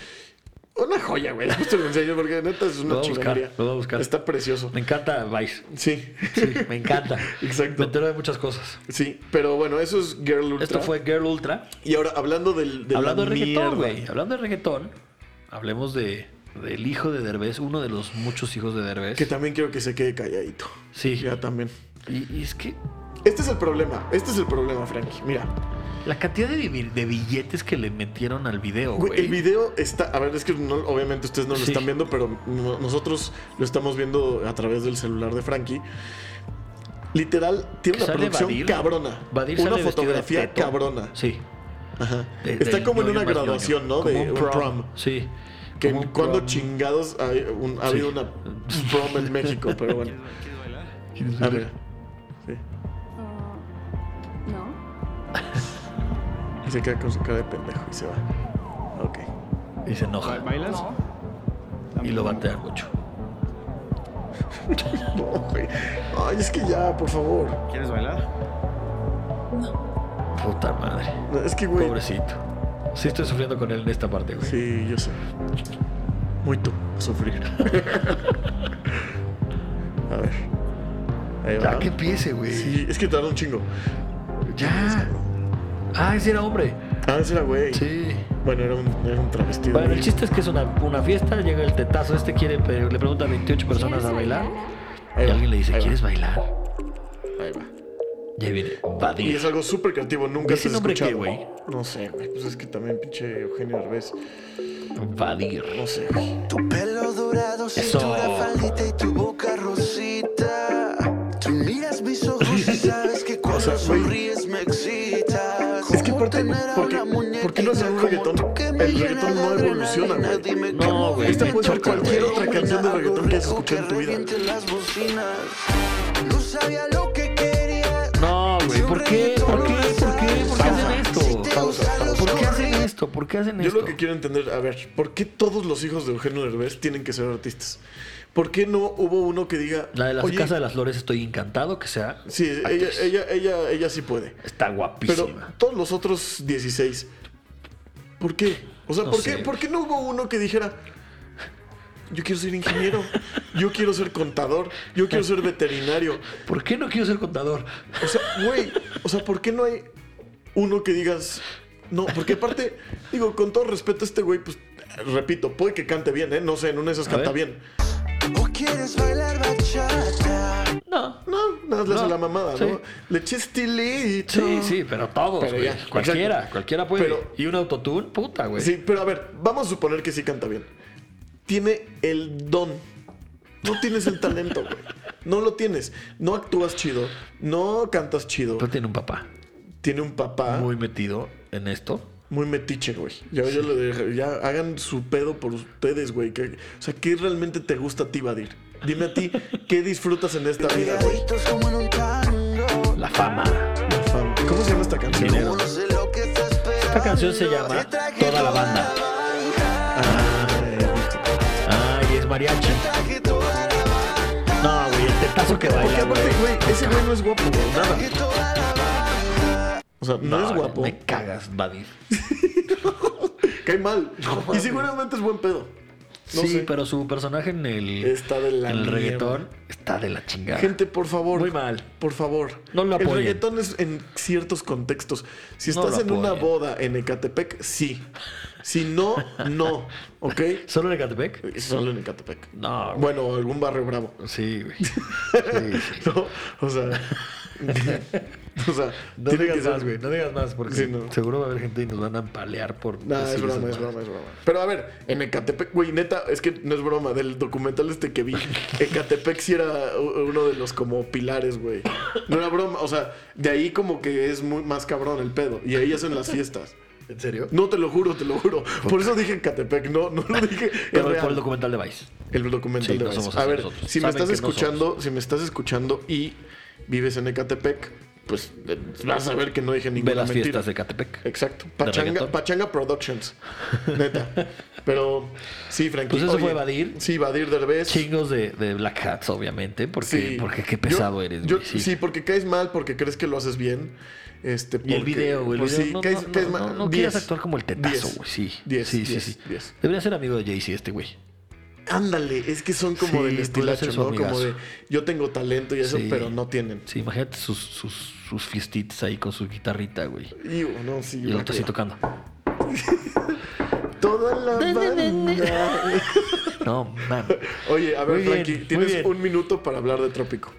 Una joya, güey. Luego Te lo enseño porque neta es
Lo
una
voy a buscar,
chingonería.
lo voy a buscar.
Está precioso.
Me encanta Vice.
Sí,
Sí, me encanta.
Exacto.
Me entero de muchas cosas.
sí. Pero bueno, eso es Girl Ultra.
Esto fue Girl Ultra.
Y ahora, hablando del. de la
Hablando de reggaetón,
mierda.
güey. Hablando de reggaetón, hablemos de el hijo de Derbez, uno de los muchos hijos de Derbez.
Que también quiero que se quede calladito.
Sí.
Ya también.
Y, y es que
Este es el problema. Este es el problema, Frankie. Mira,
la cantidad de, bill- de billetes que le metieron al video,
Güey,
güey.
el video está. A ver, es que no- obviamente ustedes no lo
Sí.
están viendo, pero no- nosotros lo estamos viendo a través del celular de Frankie. Literal, tiene
Que
una
sale
producción
Badir.
cabrona.
Badir
una
sale vestido de
fotografía
teto.
cabrona.
Sí.
Ajá.
de-
está
del
como en
ñoño
una
más ñoño.
graduación, ¿no?
Como
de un prom.
Sí.
Que
Como un
cuando
prom.
chingados ha, un- ha
Sí.
habido una prom en México, pero bueno. A ver. Sí.
Ah, no.
Y se queda con su cara de pendejo y se va. Ok.
Y se enoja.
¿Bailas?
Y lo va a tener mucho.
No, güey. Ay, es que ya, por favor.
¿Quieres bailar?
Puta madre.
No, Es que, güey.
Pobrecito. Sí estoy sufriendo con él en esta parte, güey.
Sí, yo sé. Muito sufrir. A ver. Ahí
Ya
va.
que empiece, güey.
Sí, es que tarda un chingo.
Ya. Ah, ese era hombre.
Ah, ese era güey.
Sí.
Bueno, era un, era un travestido.
Bueno,
güey.
el chiste es que es una, una fiesta, llega el tetazo, este quiere, pero le pregunta a 28 personas a
¿Quieres
bailar.
Ahí
Y
va,
alguien le dice,
ahí va,
¿quieres bailar?
Ahí va.
Ya viene.
Y
Badir.
es algo súper creativo, nunca
¿Ese
se ha
nombre qué,
escuchado.
güey?
No sé, güey. Pues es que también pinche Eugenio Derbez.
Badir.
No sé, güey.
Tu pelo dorado,
Eso.
cintura faldita y tu boca rosita. Tú miras mis ojos y sabes que cuando
O sea, güey.
sonríes me excitas.
Es que aparte, ¿por qué- por qué no hacen un reggaetón? El reggaetón no evoluciona, güey.
No, güey,
Esta
me
puede ser
choca,
cualquier
güey.
otra canción de reggaetón que has escuchado en tu vida.
las bocinas. No sabía lo que querías.
No, güey, ¿por qué? ¿Por qué? ¿Por qué? ¿Por qué
Pausa.
hacen esto?
Pausa, pausa.
¿Por qué hacen esto? ¿Por qué hacen
Yo
esto?
lo que quiero entender, a ver, ¿por qué todos los hijos de Eugenio Derbez tienen que ser artistas? ¿Por qué no hubo uno que diga...
La de la
"Oye,
Casa de las Flores estoy encantado que sea.
Sí, ella,
actriz.
ella, ella, ella sí puede.
Está
Pero
guapísima.
todos los otros 16, ¿por qué? O sea,
No
¿por,
sé,
qué,
güey.
¿por qué no hubo uno que dijera, yo quiero ser ingeniero, yo quiero ser contador, yo quiero ser veterinario?
¿Por qué no quiero ser contador?
O sea, güey, o sea, ¿por qué no hay uno que digas... No, porque aparte, digo, con todo respeto, este güey, pues, repito, puede que cante bien, ¿eh? No sé, en una de esas
A
canta
ver.
bien.
¿O quieres bailar bachata?
No.
No, nada más le hace
No,
la mamada,
sí.
¿no? Leche estilito.
Sí, sí, pero todos,
Pero
güey.
ya,
Cualquiera,
exacto.
cualquiera puede.
Pero-
y un autotune, puta, güey.
Sí, pero a ver, vamos a suponer que sí canta bien. Tiene el don. No tienes el talento, güey. No lo tienes. No actúas chido. No cantas chido.
Pero tiene un papá
Tiene un papá muy,
muy metido en esto.
metiche, güey. Ya, ya lo dejé- ya hagan su pedo por ustedes, güey. Que- O sea, ¿qué realmente te gusta a ti, Badir? Dime a ti, ¿qué disfrutas en esta vida, güey?
Pegaditos como en un tango.
Ah.
La fama.
La fama. ¿Cómo se llama esta canción?
Dinero.
No sé lo que está esperando.
Esta canción se llama Toda la banda. Ah, y es mariachi.
Traje toda la banda.
No, güey, el tetazo que
Porque
baila,
aparte,
güey.
güey, ese güey no es guapo, güey, nada.
Traje toda la banda.
O sea, no, es guapo.
Me cagas, Badir.
Cae mal. y seguramente es buen pedo. No
sí,
sé.
pero su personaje en el,
Está de la
en el
mierda.
reggaetón está de la chingada.
Gente, por favor.
Muy mal.
Por favor.
No lo
El
apoyen.
reggaetón es en ciertos contextos. Si
No
estás
lo
en una
apoyen.
boda en Ecatepec, sí. Si no, no. ¿Ok?
¿Solo en Ecatepec?
Solo en Ecatepec.
No, güey.
Bueno, algún barrio bravo.
Sí, güey. Sí, sí.
¿No? O sea. o sea,
No
tiene que
digas
ser-
más, güey. No digas más, porque
Sí, no.
seguro va a haber gente y nos van a palear por.
No, es
decir
broma,
esas
es broma,
cosas.
es broma. Pero a ver, en Ecatepec, güey, neta, es que no es broma, del documental este que vi, Ecatepec sí era u- uno de los como pilares, güey. No era broma, o sea, de ahí como que es muy más cabrón el pedo, y ahí hacen las fiestas.
¿En serio?
No, te lo juro, te lo juro. Por eso dije Ecatepec, no, no lo dije. Es
Pero por
real.
el documental de Vice.
El documental
Sí,
de
no
Vice.
somos
A
así
ver,
nosotros.
si me
Saben
estás
que no
escuchando, si me estás escuchando y vives en Ecatepec, pues eh, vas a ver que no dije ninguna
Ve las
mentira.
fiestas de Catepec.
Exacto.
reggaetón?
Pachanga, Pachanga Productions. Neta. Pero sí, Frankie.
Pues eso fue Badir.
Sí, Badir Derbez.
Chingos de, de Black Hats, obviamente, porque,
Sí.
porque qué
Yo-
pesado eres,
yo-
güey.
sí. porque caes mal, porque crees que lo haces bien. Este,
Y el
porque-
video, güey. el
pues
video,
sí,
no,
caes,
no,
caes
no,
mal.
no, no
Diez.
quieras actuar como el tetazo,
Diez.
güey. Sí.
Diez,
sí,
diez,
sí, sí.
diez.
Debería ser amigo de Jay-Z este, güey.
Ándale, es que son como
Sí,
del
podría
estilacho,
ser su
¿no? Como
amigazo.
de yo tengo talento y eso,
Sí.
pero no tienen.
Sí, imagínate sus, sus, sus fiestitas ahí con su guitarrita, güey.
Iu, no, sí,
Y el otro así
guácala.
tocando.
Toda la banda.
No, man.
Oye, a ver,
Muy bien,
Frankie,
muy
tienes
bien.
un minuto para hablar de Trópico.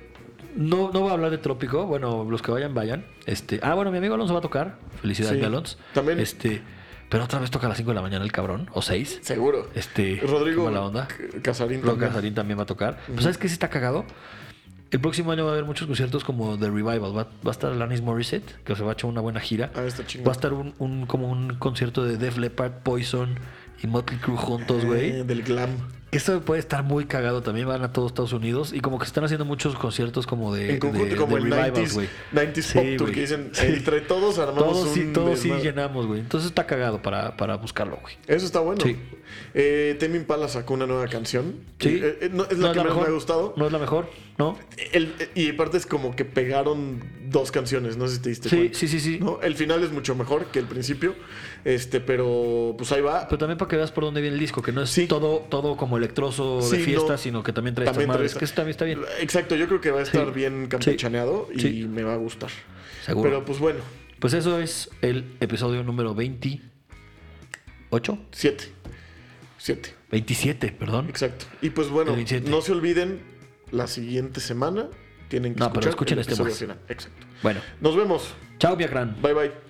No, no voy a hablar de Trópico. Bueno, los que vayan, vayan. Este, ah, bueno, mi amigo Alonso va a tocar. Felicidades,
Sí,
mi Alonso.
también.
Este, pero otra vez toca a las 5 de la mañana el cabrón, o 6.
Seguro.
Este,
Rodrigo
qué mala onda.
C- Casarín
Ron
también.
Casarín también va a tocar. Pues, ¿Sabes qué? Si está cagado. El próximo año va a haber muchos conciertos como The Revival. Va, va a estar Alanis Morissette, que se va a echar una buena gira.
Ah, está chingón.
va a estar un, un- como un concierto de Def Leppard, Poison y Motley Crue juntos, güey.
Eh, del glam.
Esto puede estar muy cagado también. Van a todos Estados Unidos y como que están haciendo muchos conciertos como de.
En conjunto,
de-
como
de
el
revivals,
90s,
güey.
90s
Sí,
Pop Tour,
güey.
que dicen,
Sí.
entre todos armamos
Todos sí,
un
todos sí
desmadre".
llenamos, güey. Entonces está cagado para, para buscarlo, güey.
Eso está bueno.
Sí.
Eh, Temi Impala sacó una nueva canción.
Sí.
Eh, eh, no, es la
No
que menos me ha gustado.
No es la mejor, ¿no?
El- eh, y aparte es como que pegaron dos canciones, no sé si te diste
Sí,
cuenta.
sí, sí, sí.
¿no? El final es mucho mejor que el principio. Este, pero pues ahí va.
Pero también para que veas por dónde viene el disco, que no es
Sí.
todo, todo como electroso
Sí,
de fiesta,
no.
sino que también trae estas
También trae
madres.
esta-
Que eso también está bien.
Exacto, yo creo que va a estar
Sí.
bien
Sí.
campechaneado y
Sí.
me va a gustar.
Seguro.
Pero pues bueno,
Pues eso es el episodio número 28.
siete. Siete.
27, perdón.
Exacto. Y pues bueno,
El 27.
no se olviden, la siguiente semana tienen que
No,
escuchar
pero escuchen
el
este
episodio
más.
final. Exacto.
Bueno,
Nos vemos.
chao, Piacran.
Bye bye.